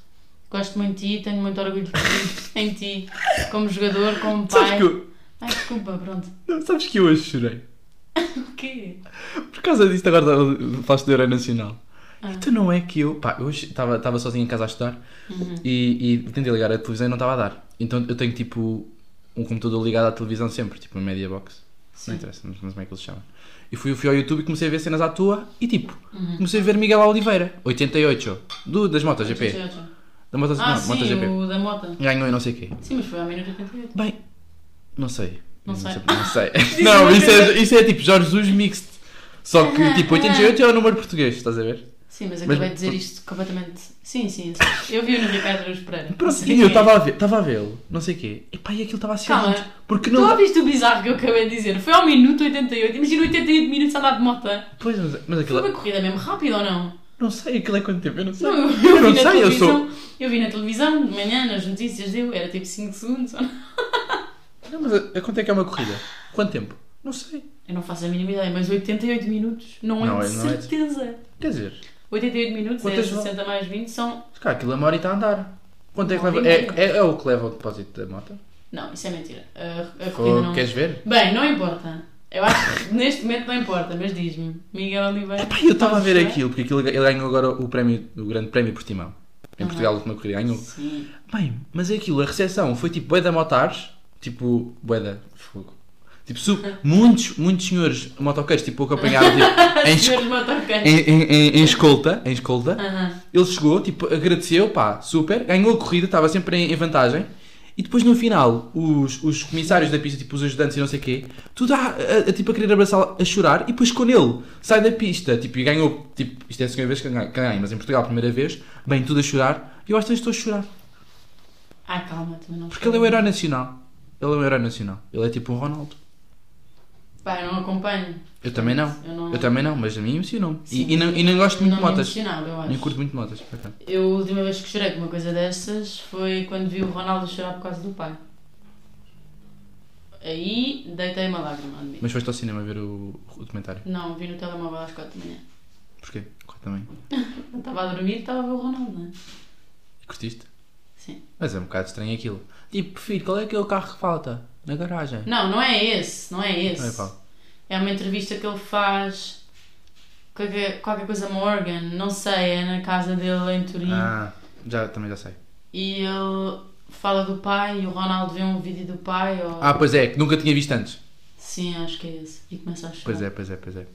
Speaker 2: gosto muito de ti, tenho muito orgulho de ti, em ti, como jogador, como
Speaker 1: Sabes
Speaker 2: pai.
Speaker 1: que, eu,
Speaker 2: Ai, desculpa, pronto.
Speaker 1: não, sabes que eu hoje chorei?
Speaker 2: O quê?
Speaker 1: Por causa disto, agora tá- estava- falaste do Herói Nacional.
Speaker 2: Ah.
Speaker 1: Então não é que eu. Pá, eu hoje estava estava sozinho em casa a estudar
Speaker 2: Uhum.
Speaker 1: e, e tentei ligar a televisão e não estava a dar. Então eu tenho tipo um computador ligado à televisão sempre, tipo uma media box.
Speaker 2: Sim.
Speaker 1: Não interessa, não sei como é que eles chamam. E fui, fui ao YouTube e comecei a ver cenas à toa e tipo,
Speaker 2: Uhum.
Speaker 1: comecei a ver Miguel Oliveira, 88, do, das MotoGP.
Speaker 2: Tchau, tchau, tchau.
Speaker 1: Da Moto,
Speaker 2: Ah,
Speaker 1: não,
Speaker 2: sim,
Speaker 1: MotoGP.
Speaker 2: o da Mota.
Speaker 1: Ganhou e não sei o quê.
Speaker 2: Sim, mas foi ao minuto 88.
Speaker 1: Bem, não sei.
Speaker 2: Não sei.
Speaker 1: Não, sei. não isso, é, isso é tipo Jorge Jesus mixed. Só
Speaker 2: Ah,
Speaker 1: que tipo 88 é o número português, estás a ver?
Speaker 2: Sim, mas
Speaker 1: Mas-
Speaker 2: acabei de dizer isto completamente. Sim, sim, sim. Eu vi no Ricardo Araújo Pereira.
Speaker 1: Pronto, e eu estava a ver, estava a vê-lo, não sei o quê. E pá, e aquilo estava a ser
Speaker 2: é. Calma.
Speaker 1: muito- Porque
Speaker 2: Tu
Speaker 1: não.
Speaker 2: ouviste o bizarro que eu acabei de dizer? Foi ao minuto 88. Imagina 88 minutos a andar de moto.
Speaker 1: Pois, mas, mas
Speaker 2: Foi
Speaker 1: aquilo. é-
Speaker 2: uma corrida mesmo rápida ou não?
Speaker 1: Não sei, aquilo é quanto tempo, eu não sei.
Speaker 2: Não, eu,
Speaker 1: eu não
Speaker 2: vi na
Speaker 1: sei, eu
Speaker 2: televisão.
Speaker 1: sou.
Speaker 2: Eu vi na televisão, de manhã, nas notícias deu, era tipo 5 segundos ou não?
Speaker 1: Não, mas a, a quanto é que é uma corrida? Quanto tempo? Não sei.
Speaker 2: Eu não faço a mínima ideia, mas 88 minutos não,
Speaker 1: Não,
Speaker 2: é de
Speaker 1: é- não é de-
Speaker 2: certeza.
Speaker 1: Quer dizer,
Speaker 2: 88 minutos
Speaker 1: Quantas
Speaker 2: é
Speaker 1: vão?
Speaker 2: 60 mais 20 são.
Speaker 1: cara, aquilo a Mauri está a andar. Quanto é que
Speaker 2: Não,
Speaker 1: leva?
Speaker 2: tem
Speaker 1: É,
Speaker 2: nada.
Speaker 1: é, é o que leva ao depósito da moto?
Speaker 2: Não, isso é mentira. A, a
Speaker 1: Ou
Speaker 2: corrida não.
Speaker 1: queres ver?
Speaker 2: Bem, não importa. Eu acho que neste momento não importa, mas diz-me. Miguel Oliveira.
Speaker 1: Pá, eu estava a ver
Speaker 2: Podes
Speaker 1: aquilo, porque aquilo, ele ganhou agora o, prémio, o grande prémio por Timão. Em
Speaker 2: Aham.
Speaker 1: Portugal, a última corrida ganhou.
Speaker 2: Sim.
Speaker 1: Bem, mas é aquilo, a recepção foi tipo bué da motares, tipo bué da fogo. Tipo, su- muitos, muitos senhores motoqueiros, tipo, o que apanharam tipo, em, esco-
Speaker 2: Senhores motoqueiros.
Speaker 1: em, em- em- em escolta, em escolta.
Speaker 2: Aham.
Speaker 1: Ele chegou, tipo, agradeceu, pá, super, ganhou a corrida, estava sempre em, em vantagem. E depois no final, os, os comissários da pista, tipo os ajudantes e não sei o quê, tudo a, a- a- tipo, a querer abraçá-lo, a chorar, e depois quando ele sai da pista, tipo, e ganhou, tipo, isto é a segunda vez que ganha, que ganha, mas em Portugal a primeira vez, bem, tudo a chorar, e eu acho que estou a chorar.
Speaker 2: Ah, calma, também não.
Speaker 1: Porque ele é o herói nacional. Ele é o herói nacional. Ele é tipo um Ronaldo.
Speaker 2: Pá, eu não acompanho.
Speaker 1: Eu também não.
Speaker 2: Eu não.
Speaker 1: Eu também não, mas a mim emocionou
Speaker 2: Sim.
Speaker 1: e, e, não, e não gosto muito
Speaker 2: não
Speaker 1: de
Speaker 2: me
Speaker 1: motas.
Speaker 2: emocionava, eu acho.
Speaker 1: Nem curto muito de motas. por acaso.
Speaker 2: Eu, a última vez que chorei com uma coisa dessas foi quando vi o Ronaldo chorar por causa do pai. Aí deitei uma lágrima, admito.
Speaker 1: Mas foste ao cinema ver o, o documentário.
Speaker 2: Não, vi no telemóvel às 4 da manhã.
Speaker 1: Porquê? Qual também?
Speaker 2: Eu estava a dormir e estava a ver o Ronaldo, não é?
Speaker 1: E curtiste?
Speaker 2: Sim.
Speaker 1: Mas é um bocado estranho aquilo. Tipo, filho, qual é aquele carro que falta? Na garagem.
Speaker 2: Não, não é esse, não é esse.
Speaker 1: Não é pá.
Speaker 2: É uma entrevista que ele faz. Qualquer, qualquer coisa Morgan, não sei, é na casa dele em Turim.
Speaker 1: Ah, já, também já sei.
Speaker 2: E ele fala do pai e o Ronaldo vê um vídeo do pai. Ou...
Speaker 1: Ah, pois é, que nunca tinha visto antes.
Speaker 2: Sim, acho que é esse. E começa a chorar.
Speaker 1: Pois é, pois é, pois é.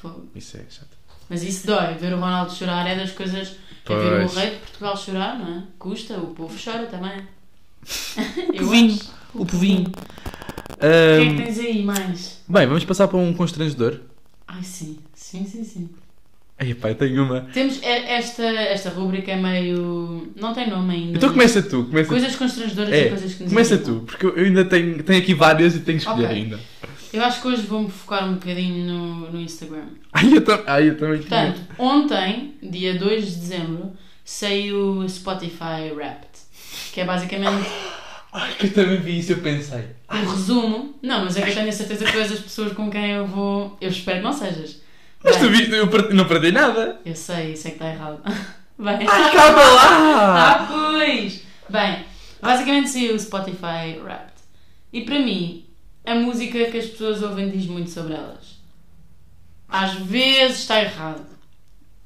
Speaker 2: Fogo.
Speaker 1: Isso é chato.
Speaker 2: Mas isso dói, ver o Ronaldo chorar é das coisas. É ver o
Speaker 1: Pois.
Speaker 2: rei de Portugal chorar, não é? Custa, o povo chora também. Eu
Speaker 1: Povinho.
Speaker 2: acho.
Speaker 1: O povinho.
Speaker 2: O que é que
Speaker 1: Ahm,
Speaker 2: tens aí mais?
Speaker 1: bem, vamos passar para um constrangedor.
Speaker 2: Ai sim, sim, sim, sim.
Speaker 1: Ai, pá, eu tenho uma.
Speaker 2: Temos e- esta, esta rubrica é meio. não tem nome ainda.
Speaker 1: Então começa tu, começa tu.
Speaker 2: Coisas constrangedoras e
Speaker 1: É,
Speaker 2: coisas que nos
Speaker 1: começa
Speaker 2: irritam.
Speaker 1: tu, porque eu ainda tenho, tenho aqui várias e tenho que escolher
Speaker 2: Ok.
Speaker 1: ainda.
Speaker 2: Eu acho que hoje vou-me focar um bocadinho no, no Instagram.
Speaker 1: Ai, eu, tam- ai, eu também tinha.
Speaker 2: Portanto, ontem, dia 2 de dezembro, saiu o Spotify Wrapped, que é basicamente
Speaker 1: Ai, que eu também vi isso, eu pensei.
Speaker 2: um resumo. Não, mas é que eu tenho a certeza que tu és as pessoas com quem eu vou. Eu espero que não sejas.
Speaker 1: Mas tu
Speaker 2: Bem,
Speaker 1: viste, eu per- não perdi nada.
Speaker 2: Eu sei, isso é que está errado. Bem.
Speaker 1: Ai, calma lá!
Speaker 2: Ah, pois! Bem, basicamente saiu o Spotify é Wrapped. E para mim, a música que as pessoas ouvem diz muito sobre elas. Às vezes está errado,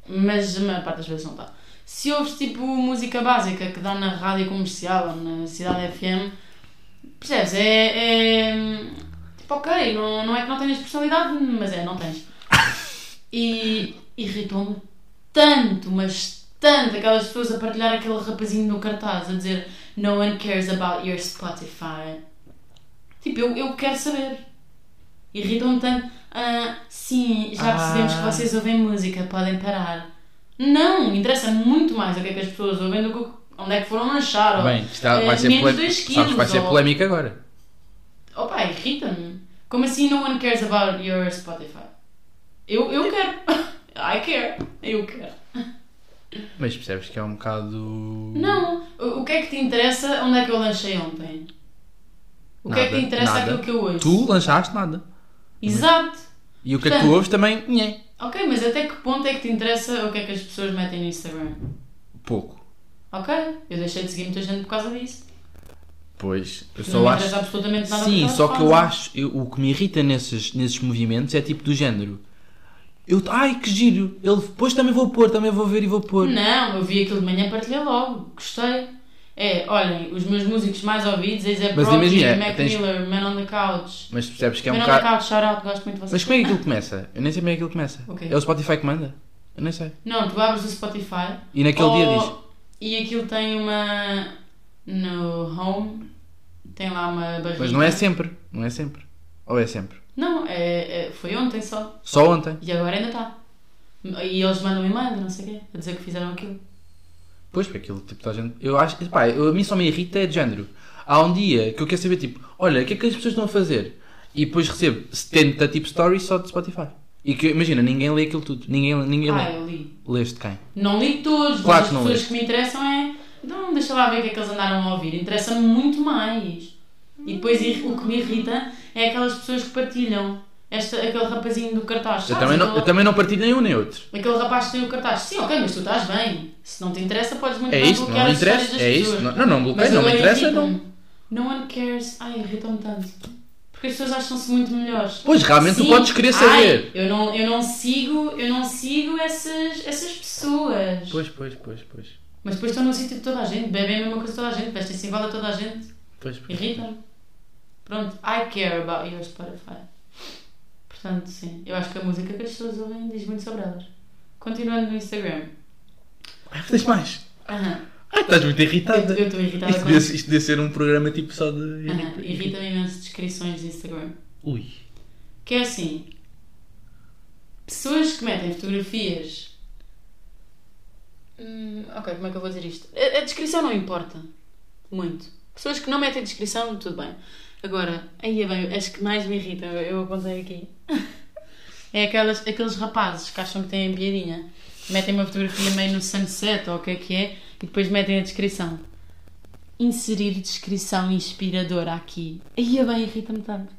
Speaker 2: mas a maior parte das vezes não está. Se ouves tipo música básica que dá na rádio comercial ou na cidade FM, percebes? É. é tipo, ok, não, não é que não tenhas personalidade, mas é, não tens. E irritou-me tanto, mas tanto, aquelas pessoas a partilhar aquele rapazinho no cartaz a dizer No one cares about your Spotify. Tipo, eu, eu quero saber. Irritam-me tanto. Ah, sim, já
Speaker 1: Ah.
Speaker 2: percebemos que vocês ouvem música, podem parar. Não, interessa muito mais o que é que as pessoas ouvem do que o- onde é que foram lanchar. ou-
Speaker 1: Bem, isto tá-
Speaker 2: eh,
Speaker 1: vai, ser
Speaker 2: menos
Speaker 1: polé-
Speaker 2: dois
Speaker 1: sabes, vai
Speaker 2: quilos,
Speaker 1: ser
Speaker 2: ou-
Speaker 1: polémica agora.
Speaker 2: Opa, irrita-me. Como assim no one cares about your Spotify? Eu, eu quero. I care. Eu quero.
Speaker 1: Mas percebes que é um bocado.
Speaker 2: Não. O, o que é que te interessa onde é que eu lanchei ontem? O que é que te
Speaker 1: Nada,
Speaker 2: interessa
Speaker 1: nada.
Speaker 2: aquilo que eu ouço?
Speaker 1: Tu lançaste nada.
Speaker 2: Exato.
Speaker 1: E o que é que tu
Speaker 2: Portanto-
Speaker 1: ouves também? Nhé.
Speaker 2: Ok, mas até que ponto é que te interessa o que é que as pessoas metem no Instagram?
Speaker 1: Pouco.
Speaker 2: Ok, eu deixei de seguir muita gente por causa disso.
Speaker 1: Pois, eu
Speaker 2: não
Speaker 1: só
Speaker 2: me
Speaker 1: acho.
Speaker 2: interessa absolutamente nada
Speaker 1: Sim,
Speaker 2: elas
Speaker 1: só que eu
Speaker 2: fazem.
Speaker 1: acho, eu- o que me irrita nesses, nesses movimentos é tipo do género. Eu, ai que giro, ele depois também vou pôr, também vou ver e vou pôr.
Speaker 2: Não, eu vi aquilo de manhã, partilhei logo, gostei. É, olhem, os meus músicos mais ouvidos, é Zé
Speaker 1: Mas
Speaker 2: Prodigy,
Speaker 1: imagina,
Speaker 2: Mac
Speaker 1: tens-
Speaker 2: Miller, Man on the Couch.
Speaker 1: Mas percebes que é um
Speaker 2: Man on
Speaker 1: bocado.
Speaker 2: the Couch, shout out, gosto muito de vocês.
Speaker 1: Mas como é que aquilo começa? Eu nem sei como é que aquilo começa.
Speaker 2: O quê?
Speaker 1: É o Spotify que manda? Eu nem sei.
Speaker 2: Não, tu abres o Spotify.
Speaker 1: E naquele
Speaker 2: ou-
Speaker 1: dia diz.
Speaker 2: E aquilo tem uma. No home, tem lá uma barriga.
Speaker 1: Mas não é sempre, não é sempre. Ou é sempre?
Speaker 2: Não, é, é- foi ontem só.
Speaker 1: Só ontem.
Speaker 2: E agora ainda está. E eles mandam um e-mail, não sei o quê, a dizer que fizeram aquilo.
Speaker 1: Pois, porque aquilo tipo toda a gente. Eu acho. Pá, eu, a mim só me irrita é de género. Há um dia que eu quero saber tipo, olha, o que é que as pessoas estão a fazer? E depois recebo 70 tipo stories só de Spotify. E que imagina, ninguém lê aquilo tudo. Ninguém, ninguém
Speaker 2: Ah,
Speaker 1: lê.
Speaker 2: eu li.
Speaker 1: Leste quem?
Speaker 2: Não li todos,
Speaker 1: Claro
Speaker 2: mas as
Speaker 1: que não
Speaker 2: pessoas
Speaker 1: leste.
Speaker 2: que me interessam é. Não, deixa lá ver o que é que eles andaram a ouvir. Interessa-me muito mais. E depois ir- o que me irrita é aquelas pessoas que partilham. Este, aquele rapazinho do cartaz. "Ah,
Speaker 1: Eu
Speaker 2: sabes?
Speaker 1: também, não,
Speaker 2: aquele,
Speaker 1: eu também não partilho nem um nem outro.
Speaker 2: aquele rapaz que tem o cartaz. Sim, ok, mas tu estás bem. Se não te interessa, podes muito
Speaker 1: É
Speaker 2: bem
Speaker 1: isto, não
Speaker 2: bloquear
Speaker 1: me
Speaker 2: as histórias
Speaker 1: interessa.
Speaker 2: das
Speaker 1: É
Speaker 2: pessoas.
Speaker 1: isto. Não, não, não bloqueio,
Speaker 2: Mas
Speaker 1: não me
Speaker 2: agora é
Speaker 1: interessa,
Speaker 2: tipo,
Speaker 1: não.
Speaker 2: No one cares. Ai, irritam-me tanto. Porque as pessoas acham-se muito melhores.
Speaker 1: Pois, realmente tu
Speaker 2: Sim.
Speaker 1: podes querer
Speaker 2: Ai,
Speaker 1: saber.
Speaker 2: eu não, eu não sigo, eu não sigo essas, essas pessoas.
Speaker 1: Pois, pois, pois, pois.
Speaker 2: Mas depois estão no sítio de toda a gente, bebem a mesma coisa de toda a gente, vestem-se igual a toda a gente,
Speaker 1: pois, pois.
Speaker 2: irritam-me. Pronto, I care about your Spotify. Portanto, sim, eu acho que a música que as pessoas ouvem diz muito sobre elas. Continuando no Instagram.
Speaker 1: Ai, tens Ah, mais.
Speaker 2: Aham,
Speaker 1: Ai, estás muito irritada.
Speaker 2: eu eu estou irritada
Speaker 1: Isto
Speaker 2: com
Speaker 1: devia, isto devia ser um programa tipo só de.
Speaker 2: Aham, Irritam-me imenso descrições de Instagram.
Speaker 1: Ui.
Speaker 2: Que é assim: pessoas que metem fotografias. Hum, ok, como é que eu vou dizer isto? A, a descrição não importa muito. Pessoas que não metem descrição, tudo bem. Agora, aí é bem, as que mais me irritam, eu, eu apontei aqui. É aquelas, aqueles rapazes que acham que têm piadinha. Metem uma fotografia meio no sunset ou o que é que é e depois metem a descrição. Inserir descrição inspiradora aqui. Aí é bem, irrita-me tanto.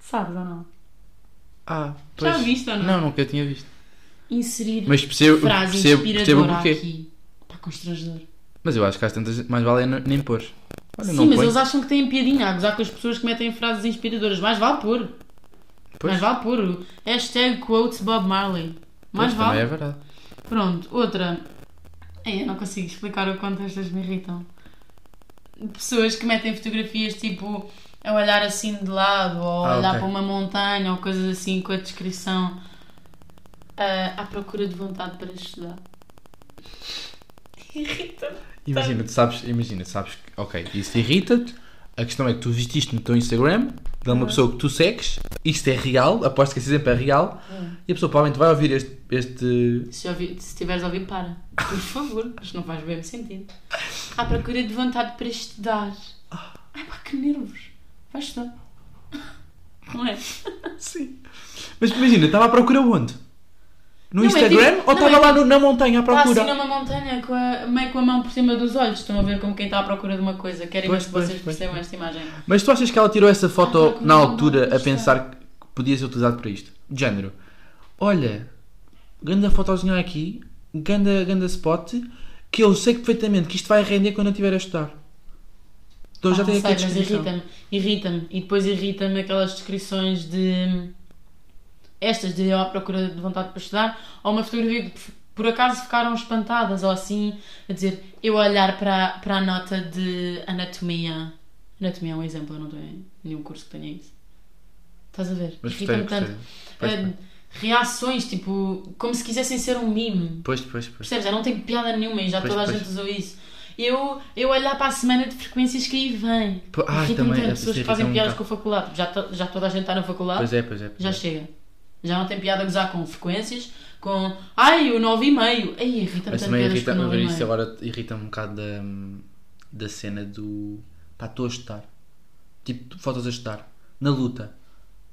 Speaker 2: Sabes ou não?
Speaker 1: Ah,
Speaker 2: Já viste ou não?
Speaker 1: Não, nunca tinha visto.
Speaker 2: inserir
Speaker 1: Mas percebo,
Speaker 2: frase
Speaker 1: percebo, percebo o
Speaker 2: inspiradora
Speaker 1: porquê.
Speaker 2: aqui. Pá, constrangedor.
Speaker 1: Mas eu acho que às tantas mais vale é n- nem pôr. Olha,
Speaker 2: Sim,
Speaker 1: não
Speaker 2: mas
Speaker 1: põe.
Speaker 2: eles acham que têm piadinha a gozar com as pessoas que metem frases inspiradoras. Mais vale pôr.
Speaker 1: Pois.
Speaker 2: Mais vale pôr. Hashtag quotes Bob Marley. Mais
Speaker 1: Pois,
Speaker 2: vale.
Speaker 1: Também é verdade.
Speaker 2: Pronto, outra. Ei, eu não consigo explicar o quanto estas me irritam. Pessoas que metem fotografias tipo a olhar assim de lado ou a
Speaker 1: Ah,
Speaker 2: olhar
Speaker 1: ok.
Speaker 2: para uma montanha ou coisas assim com a descrição ah, à procura de vontade para estudar. Irrita-me.
Speaker 1: Imagina, tu sabes, imagina, sabes que, ok, isso irrita-te. A questão é que tu vististe no teu Instagram de
Speaker 2: Uhum.
Speaker 1: uma pessoa que tu segues, isto é real, aposto que esse exemplo é real,
Speaker 2: Uhum.
Speaker 1: e a pessoa provavelmente vai ouvir este. este...
Speaker 2: Se, ouvi, se tiveres a ouvir, para. Por favor, isto não faz bem sentido. À procura de vontade para estudar.
Speaker 1: Ah.
Speaker 2: Ai pá, que nervos. Vai estudar. Não é?
Speaker 1: Sim. Mas imagina, estava à procura onde? No
Speaker 2: Não, é
Speaker 1: Instagram
Speaker 2: tipo-
Speaker 1: ou estava
Speaker 2: não, é
Speaker 1: lá no- na montanha à
Speaker 2: Está assim
Speaker 1: procura?
Speaker 2: numa montanha, com a, meio com a mão por cima dos olhos. Estão a ver como quem está à procura de uma coisa. Querem
Speaker 1: Pois,
Speaker 2: que
Speaker 1: pois,
Speaker 2: vocês
Speaker 1: pois,
Speaker 2: percebam esta imagem.
Speaker 1: Mas tu achas que ela tirou essa
Speaker 2: Ah,
Speaker 1: foto
Speaker 2: procura
Speaker 1: na
Speaker 2: onde
Speaker 1: altura
Speaker 2: está.
Speaker 1: a
Speaker 2: é.
Speaker 1: pensar que podia ser utilizado para isto? De género. Olha, ganda fotozinha aqui, ganda, ganda spot, que eu sei perfeitamente que isto vai render quando eu estiver a estudar. Então já
Speaker 2: Ah,
Speaker 1: tenho
Speaker 2: sei,
Speaker 1: aqui a
Speaker 2: mas
Speaker 1: descrição.
Speaker 2: irrita-me. Irrita-me. E depois irrita-me aquelas descrições de... Estas de eu à procura de vontade para estudar. Ou uma fotografia que por- por acaso ficaram espantadas. Ou assim, a dizer... Eu a olhar para, para a nota de anatomia. Anatomia é um exemplo. Eu não tenho nenhum curso que tenha isso. Estás a ver?
Speaker 1: Mas
Speaker 2: Irrita-me
Speaker 1: gostei,
Speaker 2: tanto.
Speaker 1: gostei.
Speaker 2: Eh, reações, tipo... Como se quisessem ser um mime.
Speaker 1: Pois, pois, pois.
Speaker 2: Percebes? Já não tem piada nenhuma e já
Speaker 1: Pois,
Speaker 2: toda a
Speaker 1: pois.
Speaker 2: gente usou isso. Eu, eu olhar para a semana de frequências que aí vem.
Speaker 1: Po- ah,
Speaker 2: Irrita-me
Speaker 1: também,
Speaker 2: tanto
Speaker 1: essa
Speaker 2: pessoas que
Speaker 1: irrita
Speaker 2: fazem
Speaker 1: um
Speaker 2: piadas com a
Speaker 1: bocado.
Speaker 2: faculdade. Já, to- já toda a gente está na faculdade,
Speaker 1: Pois é, pois é. Pois
Speaker 2: já
Speaker 1: é.
Speaker 2: chega. Já não tem piada a gozar com frequências, com. Ai, o 9,5. Ai, irrita-me
Speaker 1: Mas
Speaker 2: tanto
Speaker 1: também
Speaker 2: piadas
Speaker 1: irrita,
Speaker 2: com o
Speaker 1: mas
Speaker 2: 9,5.
Speaker 1: isso agora irrita-me um bocado da, da cena do. Pá, estou a estudar. Tipo, fotos a estudar. Na luta.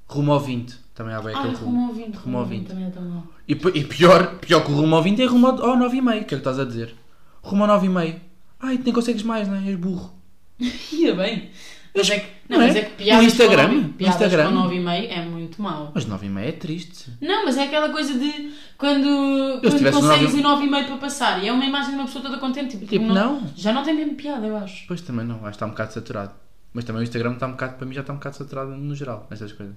Speaker 1: Rumo ao 20. Também há bem
Speaker 2: Ai,
Speaker 1: aquele
Speaker 2: rumo ao 20.
Speaker 1: Rumo ao 20.
Speaker 2: Também é tão mau.
Speaker 1: E, p- e pior, pior que o rumo ao 20 é rumo ao, ao 9,5. O que é que estás a dizer? Rumo ao 9,5. Ai, tu nem consegues mais, não é? És burro.
Speaker 2: Ia bem. Mas é que, não,
Speaker 1: não é?
Speaker 2: mas é que
Speaker 1: No
Speaker 2: piadas
Speaker 1: Instagram?
Speaker 2: com,
Speaker 1: No
Speaker 2: nove- piadas
Speaker 1: Instagram?
Speaker 2: com 9,5 é muito mau.
Speaker 1: Mas 9,5 é triste.
Speaker 2: Não, mas é aquela coisa de quando, quando
Speaker 1: tivesse um
Speaker 2: consegues
Speaker 1: nove-
Speaker 2: o 9,5 para passar e é uma imagem de uma pessoa toda contente. Tipo,
Speaker 1: Tipo, não.
Speaker 2: Já não tem mesmo piada, eu acho.
Speaker 1: Pois também não, acho que está um bocado saturado. Mas também o Instagram está um bocado, para mim já está um bocado saturado no geral, nestas coisas.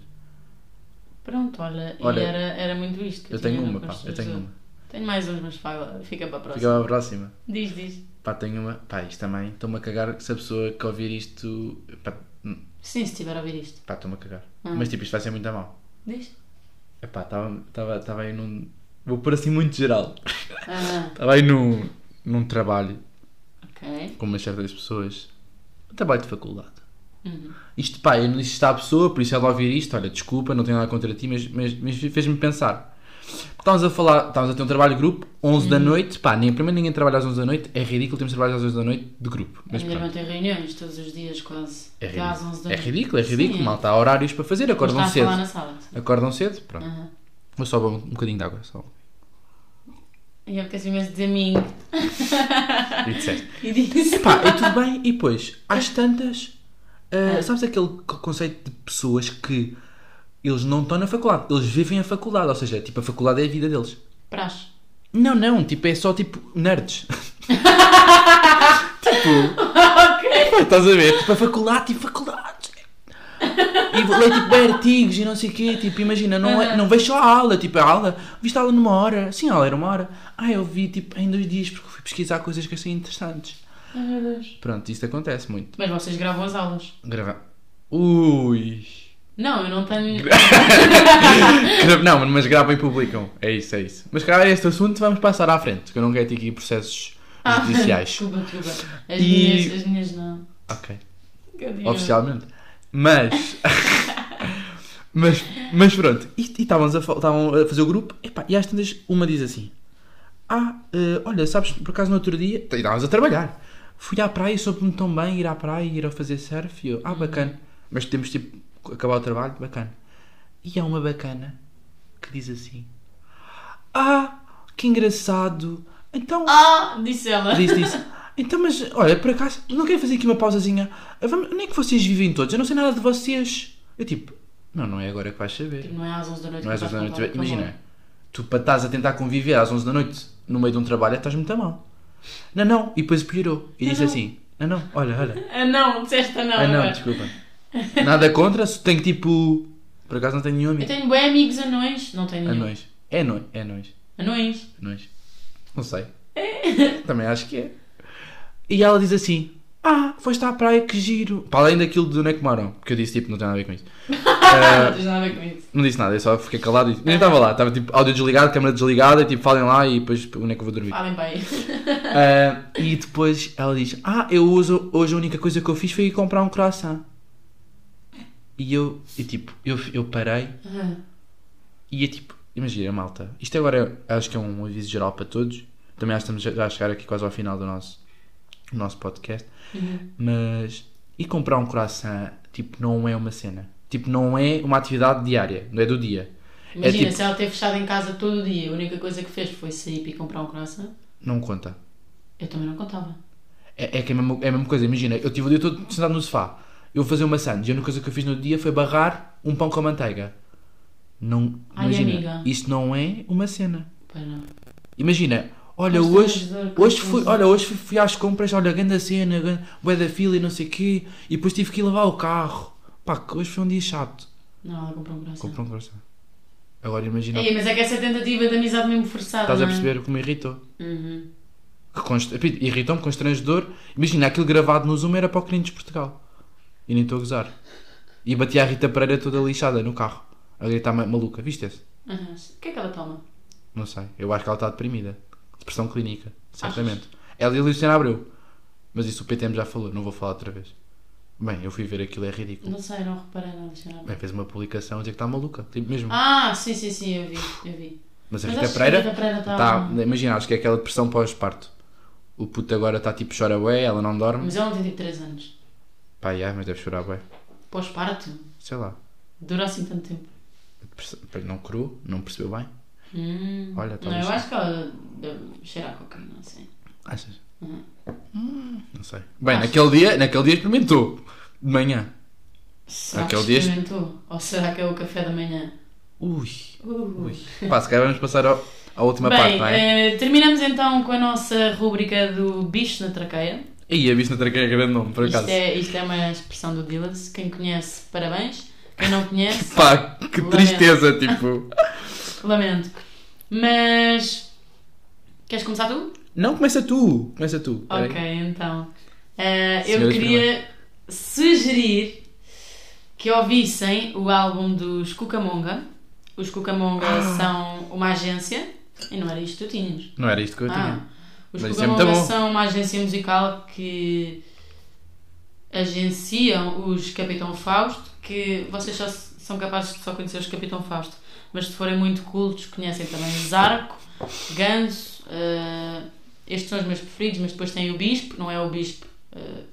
Speaker 2: Pronto, olha,
Speaker 1: Olha,
Speaker 2: e era, era muito isto. que
Speaker 1: Eu tenho
Speaker 2: tinha no
Speaker 1: uma, pá, eu tenho
Speaker 2: construtor.
Speaker 1: uma.
Speaker 2: Tenho mais uns, mas fala- fica para a próxima.
Speaker 1: Fica para a próxima.
Speaker 2: Diz, diz.
Speaker 1: Pá, tenho uma. Pá, isto também. Estou-me a cagar se a pessoa que ouvir isto. Pá, hum,
Speaker 2: Sim, se estiver a ouvir isto.
Speaker 1: pá, estou-me a cagar.
Speaker 2: Hum.
Speaker 1: Mas tipo, isto vai ser muito a mal.
Speaker 2: Diz.
Speaker 1: Epá, estava- estava estava aí num. Vou pôr assim muito geral.
Speaker 2: Ah,
Speaker 1: Estava aí num, num trabalho
Speaker 2: ok.
Speaker 1: com umas certas pessoas. Um trabalho de faculdade.
Speaker 2: Uhum.
Speaker 1: Isto, pá, eu não disse isto à pessoa, por isso ela ouvir isto, olha, desculpa, não tenho nada contra ti, mas, mas, mas fez-me pensar. Estávamos a falar, estávamos a ter um trabalho de grupo, 11
Speaker 2: Uhum.
Speaker 1: da noite, pá, nem, primeiro ninguém trabalha às 11 da noite, é ridículo termos trabalho às 11 da noite de grupo.
Speaker 2: A
Speaker 1: Mas
Speaker 2: minha
Speaker 1: pronto.
Speaker 2: irmã tem reuniões todos os dias, quase.
Speaker 1: É
Speaker 2: Até às 11
Speaker 1: ridículo,
Speaker 2: da
Speaker 1: é
Speaker 2: noite.
Speaker 1: ridículo, é ridículo.
Speaker 2: Sim, é.
Speaker 1: Malta, há horários para fazer,
Speaker 2: Mas
Speaker 1: acordam
Speaker 2: está a falar
Speaker 1: cedo.
Speaker 2: na Uhum. sala. sim.
Speaker 1: Acordam cedo, pronto.
Speaker 2: Aham.
Speaker 1: Vou só beber um bocadinho de água, só.
Speaker 2: E eu quero imenso dizer mim.
Speaker 1: E disseste.
Speaker 2: E disse.
Speaker 1: Pá, e tudo bem, e eh, depois, às tantas, ah, sabes aquele co- conceito de pessoas que Eles não estão na faculdade, eles vivem a faculdade, ou seja, tipo, a faculdade é a vida deles.
Speaker 2: Praxe.
Speaker 1: Não, não, tipo, é só tipo nerds. tipo,
Speaker 2: ok.
Speaker 1: pá, estás a ver? Tipo, a faculdade, tipo, faculdade. E vou ler tipo bem artigos e não sei o quê, tipo, imagina, não, é-
Speaker 2: Aham.
Speaker 1: não vejo só a aula, tipo, a aula, viste a aula numa hora, sim, a aula era uma hora. Ah, eu vi tipo em dois dias porque fui pesquisar coisas que achei interessantes.
Speaker 2: Ai meu Deus.
Speaker 1: Pronto, isto acontece muito.
Speaker 2: Mas vocês gravam as aulas.
Speaker 1: Gravar. Ui.
Speaker 2: Não, eu não tenho.
Speaker 1: Gra- Não, mas gravam e publicam. É isso, é isso. Mas calhar este assunto vamos passar à frente, que eu não quero ter aqui processos
Speaker 2: Ah,
Speaker 1: judiciais.
Speaker 2: Desculpa, desculpa. As,
Speaker 1: E-
Speaker 2: minhas, as minhas não.
Speaker 1: ok.
Speaker 2: Cadê?
Speaker 1: Oficialmente. Mas. mas, mas pronto. E e estávamos a, fal- estavam a fazer o grupo. Epá, e às tantas, uma diz assim: Ah, eh, olha, sabes, por acaso no outro dia. e Estávamos a trabalhar. Fui à praia e soube-me tão bem ir à praia ir a fazer surf. E eu, ah, bacana. Mas temos tipo acabar o trabalho, bacana. E há uma bacana que diz assim: Ah, que engraçado. Então.
Speaker 2: Ah, disse ela.
Speaker 1: Diz, diz. Então, mas, olha, por acaso, não quero fazer aqui uma pausazinha. Vamos, nem que vocês vivem todos, eu não sei nada de vocês. Eu tipo, não, não é agora que vais saber.
Speaker 2: Não é às 11 da noite.
Speaker 1: Não é às
Speaker 2: que
Speaker 1: 11 da
Speaker 2: vais
Speaker 1: noite.
Speaker 2: contar, por
Speaker 1: Imagina,
Speaker 2: favor.
Speaker 1: tu para estás a tentar conviver às 11 da noite no meio de um trabalho, estás muito mal. Não, não. E depois piorou. E disse
Speaker 2: não.
Speaker 1: assim: Não, não, olha, olha.
Speaker 2: Ah, não, disseste a não.
Speaker 1: Ah, não,
Speaker 2: agora.
Speaker 1: desculpa. Nada contra, só tenho tipo. Por acaso não tenho nenhum
Speaker 2: Eu
Speaker 1: amigo.
Speaker 2: tenho bem amigos anões. Não tenho nenhum.
Speaker 1: Anões. É anões. É anões.
Speaker 2: Anões.
Speaker 1: Anões. Não sei. Também acho que é. E ela diz assim: Ah, foste à praia, que giro. Para além daquilo do Neco Marão, porque eu disse tipo, não tem nada a ver com isso. Eh,
Speaker 2: Ah, não tens nada a ver com isso.
Speaker 1: Não disse nada, eu só fiquei calado e nem estava lá. Estava tipo áudio desligado, câmera desligada, e, tipo falem lá e depois o Neco eu vou dormir.
Speaker 2: Falem bem.
Speaker 1: Ah, e depois ela diz: Ah, eu uso, hoje a única coisa que eu fiz foi ir comprar um croissant. E eu, e tipo, eu, eu parei
Speaker 2: Ah,
Speaker 1: e é tipo, imagina, malta, isto agora é- acho que é um aviso geral para todos. Também acho que estamos já a chegar aqui quase ao final do nosso, do nosso podcast.
Speaker 2: Uhum.
Speaker 1: Mas, e comprar um croissant, tipo, não é uma cena. Tipo, não é uma atividade diária, não é do dia.
Speaker 2: Imagina,
Speaker 1: é tipo,
Speaker 2: se ela ter fechado em casa todo o dia, a única coisa que fez foi sair e comprar um croissant,
Speaker 1: não conta.
Speaker 2: eu também não contava.
Speaker 1: É, é que é a, mesma, é a mesma coisa, imagina, eu tive o dia todo sentado no sofá, eu vou fazer uma sandes, e a única coisa que eu fiz no dia foi barrar um pão com manteiga. Não,
Speaker 2: Ai,
Speaker 1: imagina,
Speaker 2: amiga.
Speaker 1: isto não é uma cena.
Speaker 2: Pois não.
Speaker 1: Imagina, olha,
Speaker 2: Mas
Speaker 1: hoje,
Speaker 2: tu és
Speaker 1: hoje,
Speaker 2: da
Speaker 1: fui,
Speaker 2: coisa.
Speaker 1: olha, hoje fui, fui às compras, olha, grande cena, grande, bué da fila e não sei o quê, e depois tive que ir lavar o carro. Pá, que hoje foi um dia chato.
Speaker 2: Não, ela comprou um croissant.
Speaker 1: Comprou um coração. Agora imagina,
Speaker 2: Ei, mas é que essa tentativa de amizade mesmo forçada.
Speaker 1: um estás a
Speaker 2: não é?
Speaker 1: perceber como irritou.
Speaker 2: Uhum.
Speaker 1: Que const- repito, Irritou-me, constrangedor. Imagina, aquilo gravado no Zoom era para o Clientes de Portugal. E nem estou a gozar. E bati a Rita Pereira toda lixada no carro, a gritar ma- maluca. Viste-se?
Speaker 2: Aham. O que é que ela toma?
Speaker 1: Não sei. Eu acho que ela está deprimida. Depressão clínica, certamente. Ela e a Luciana Abreu. Mas isso o PTM já falou, não vou falar outra vez. Bem, eu fui ver aquilo, é ridículo.
Speaker 2: Não sei, não reparei na Alexandra.
Speaker 1: Bem, fez uma publicação a dizer que está maluca, tipo mesmo.
Speaker 2: Ah, sim, sim, sim, eu vi, eu vi.
Speaker 1: mas a
Speaker 2: mas
Speaker 1: Rita
Speaker 2: acho que a
Speaker 1: Pereira.
Speaker 2: Rita Pereira tá um- está-
Speaker 1: está- Imagina, acho que é aquela depressão pós-parto. O puto agora está tipo chora bué, ela não dorme.
Speaker 2: Mas ela não tem tipo 3 anos.
Speaker 1: Pá, ai, mas deve chorar bué.
Speaker 2: Pós-parto,
Speaker 1: Sei lá.
Speaker 2: dura assim tanto tempo.
Speaker 1: Depressão- Peraí, Não curou, não percebeu bem.
Speaker 2: Hum.
Speaker 1: Olha, tá
Speaker 2: Não,
Speaker 1: talvez
Speaker 2: eu
Speaker 1: sim.
Speaker 2: acho que ela deve cheirar a cocaína, assim.
Speaker 1: Achas? Hum.
Speaker 2: Uhum.
Speaker 1: Não sei. Bem,
Speaker 2: Acho.
Speaker 1: naquele dia, naquele dia experimentou. De manhã.
Speaker 2: Será
Speaker 1: Aquele
Speaker 2: que
Speaker 1: dia-
Speaker 2: experimentou? Ou será que é o café da manhã?
Speaker 1: Ui.
Speaker 2: Ui.
Speaker 1: Pá, se calhar vamos passar ao- à última parte,
Speaker 2: Bem,
Speaker 1: não é?
Speaker 2: eh, terminamos então com a nossa rúbrica do bicho na traqueia.
Speaker 1: Ih, a Vista Traqueia é grande nome, por acaso.
Speaker 2: Isto é, isto é uma expressão do Dillas. Quem conhece, parabéns. Quem não conhece,
Speaker 1: Pá, que tristeza, tipo.
Speaker 2: lamento. Mas. Queres começar tu?
Speaker 1: Não, começa tu, começa tu. peraí.
Speaker 2: Ok, então. Eh, eu
Speaker 1: Senhoras
Speaker 2: queria sugerir que ouvissem o álbum dos Cucamonga. Os Cucamonga são uma agência. E não era isto que tu tinhas.
Speaker 1: Não era isto que eu tinha.
Speaker 2: Ah, Os
Speaker 1: Mas isso é
Speaker 2: Cucamonga
Speaker 1: muito bom.
Speaker 2: são uma agência musical que agenciam os Capitão Fausto, que vocês só s- são capazes de só conhecer os Capitão Fausto, mas se forem muito cultos conhecem também Zarco, Ganso, eh, estes são os meus preferidos, mas depois tem o Bispo, não é o Bispo, eh,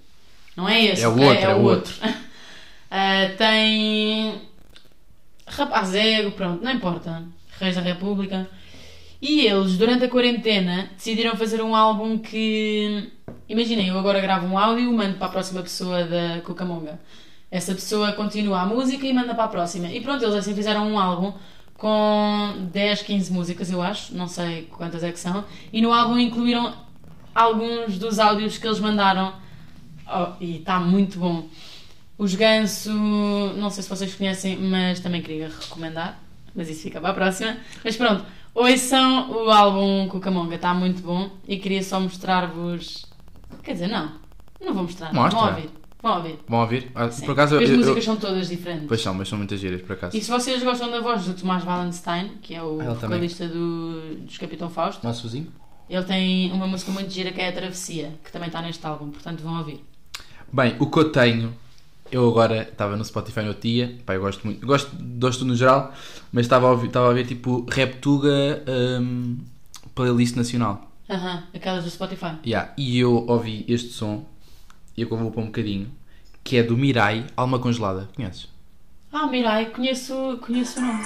Speaker 2: não é esse,
Speaker 1: É o
Speaker 2: ok?
Speaker 1: outro, é o
Speaker 2: Eh, tem Rapazego, pronto, não importa, Reis da República. E eles, durante a quarentena, decidiram fazer um álbum que. Imaginem, eu agora gravo um áudio, mando para a próxima pessoa da Cucamonga. Essa pessoa continua a música e manda para a próxima. E pronto, eles assim fizeram um álbum com 10, 15 músicas, eu acho, não sei quantas é que são, e no álbum incluíram alguns dos áudios que eles mandaram. Oh, e está muito bom. Os Ganso, não sei se vocês conhecem, mas também queria recomendar. Mas isso fica para a próxima. Mas pronto, ouçam o álbum Cucamonga, está muito bom. E queria só mostrar-vos. Quer dizer, não, não vou mostrar.
Speaker 1: Mostra.
Speaker 2: Vão ouvir. Vão ouvir.
Speaker 1: Vão ouvir? Ah,
Speaker 2: Sim.
Speaker 1: por acaso eu.
Speaker 2: As
Speaker 1: eu-
Speaker 2: músicas
Speaker 1: eu-
Speaker 2: são todas diferentes.
Speaker 1: Pois são, mas são muitas giras, por acaso.
Speaker 2: E se vocês gostam da voz do Tomás Valenstein, que é o
Speaker 1: Ah, ele também.
Speaker 2: vocalista do, dos Capitão Fausto,
Speaker 1: Nosso vizinho?
Speaker 2: ele tem uma música muito gira que é a Travessia, que também está neste álbum, portanto vão ouvir.
Speaker 1: Bem, o que eu tenho, eu agora estava no Spotify no outro dia, pá, eu gosto muito, gosto, gosto no geral, mas estava a ouvir, estava a ver tipo Reptuga hum, playlist nacional.
Speaker 2: Aham, aquelas do Spotify.
Speaker 1: Yeah, e eu ouvi este som, e agora vou para um bocadinho, que é do Mirai, Alma Congelada. Conheces?
Speaker 2: Ah, Mirai, conheço, conheço o nome.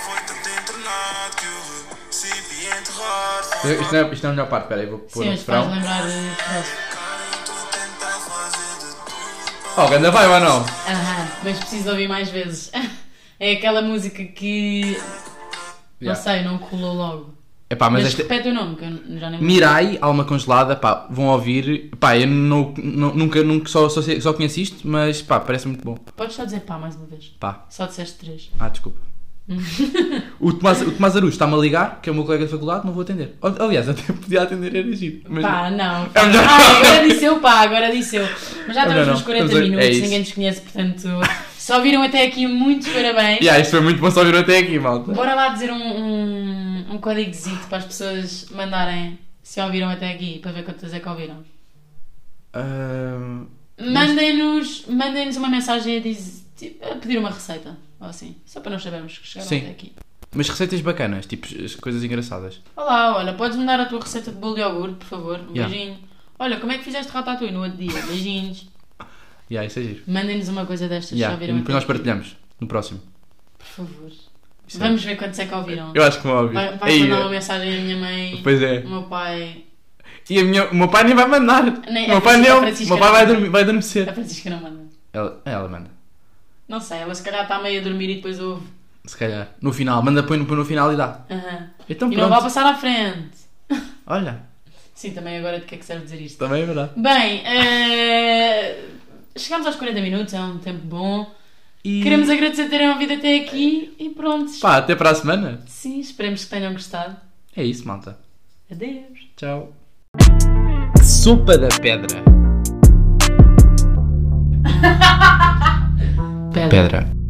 Speaker 3: Foi tanto internado que eu recebi enterrar.
Speaker 1: Eu- Isto não é, isto não é a melhor parte, peraí, vou pôr no
Speaker 2: Sim, mas faz é?
Speaker 1: refrão.
Speaker 2: lembrar eh, de Fausto.
Speaker 3: Cara, eu tô a tentar fazer de tudo.
Speaker 1: Oh, ganda vai ou não?
Speaker 2: Aham, mas preciso ouvir mais vezes. É aquela música que, não
Speaker 1: Yeah.
Speaker 2: sei, não colou logo.
Speaker 1: Epá, mas
Speaker 2: Mas,
Speaker 1: esta-
Speaker 2: repete o nome, que eu já nem me
Speaker 1: Mirai, Alma Congelada, pá, vão ouvir. Pá, eu não, não- nunca, nunca só, só, sei- só conheço isto, mas pá, parece muito bom.
Speaker 2: Podes só dizer pá mais uma vez.
Speaker 1: Pá,
Speaker 2: Só disseste três.
Speaker 1: ah, desculpa. o Tomás, o Tomás Aruz está-me a ligar, que é o meu colega de faculdade, não vou atender. Al- Aliás, até podia atender, era giro. Mas
Speaker 2: Pá, não.
Speaker 1: É melhor
Speaker 2: Ah, agora disse eu, pá, agora disse eu. Mas já
Speaker 1: É melhor
Speaker 2: estamos nos
Speaker 1: não.
Speaker 2: 40
Speaker 1: Estamos a-
Speaker 2: minutos,
Speaker 1: é isso.
Speaker 2: ninguém nos conhece, portanto. Só viram até aqui, muitos parabéns.
Speaker 1: Yeah, isto foi muito bom só vir até aqui, malta.
Speaker 2: Bora lá dizer um, um, um códigozito para as pessoas mandarem se ouviram até aqui, para ver quantas é que ouviram.
Speaker 1: Ah,
Speaker 2: Mandem-nos mandem uma mensagem a, dizer, tipo, a pedir uma receita, ou assim, só para nós sabermos que chegaram
Speaker 1: Sim.
Speaker 2: até aqui.
Speaker 1: mas receitas bacanas, tipo as coisas engraçadas.
Speaker 2: Olá, olha, podes mandar a tua receita de bolo de iogurte, por favor? Um
Speaker 1: Yeah.
Speaker 2: beijinho. Olha, como é que fizeste ratatouille no outro dia? Beijinhos.
Speaker 1: Yeah, isso é giro.
Speaker 2: Mandem-nos uma coisa destas,
Speaker 1: Yeah,
Speaker 2: já
Speaker 1: e
Speaker 2: viram
Speaker 1: depois nós
Speaker 2: até aqui.
Speaker 1: partilhamos no próximo.
Speaker 2: Por favor.
Speaker 1: Isso é-
Speaker 2: Vamos ver quantos é que ouviram.
Speaker 1: Eu acho que vão ouvir.
Speaker 2: Vai, vai
Speaker 1: Ei, eh,
Speaker 2: mandar um uma mensagem à minha mãe,
Speaker 1: Pois é.
Speaker 2: ao meu pai.
Speaker 1: E a minha, o meu pai nem vai mandar.
Speaker 2: Nem- é
Speaker 1: o meu pai,
Speaker 2: a
Speaker 1: nem, é o
Speaker 2: Francisca
Speaker 1: meu pai vai,
Speaker 2: não.
Speaker 1: dormir, vai
Speaker 2: A
Speaker 1: adormecer.
Speaker 2: Francisca não manda.
Speaker 1: Ela, é, ela manda.
Speaker 2: Não sei, ela se calhar está meio a dormir e depois ouve.
Speaker 1: Se calhar. No final. Manda põe no, põe no final e dá.
Speaker 2: Aham.
Speaker 1: Então
Speaker 2: E não vai
Speaker 1: pronto.
Speaker 2: passar à frente.
Speaker 1: Olha.
Speaker 2: Sim, também agora de que é que serve dizer isto?
Speaker 1: Também é verdade.
Speaker 2: Bem, eh, chegámos aos 40 minutos, é um tempo bom.
Speaker 1: E...
Speaker 2: Queremos agradecer terem ouvido até aqui e pronto.
Speaker 1: Pá, até para a semana.
Speaker 2: Sim, esperemos que tenham gostado.
Speaker 1: É isso, malta.
Speaker 2: Adeus.
Speaker 1: Tchau. Sopa da pedra. Pedra.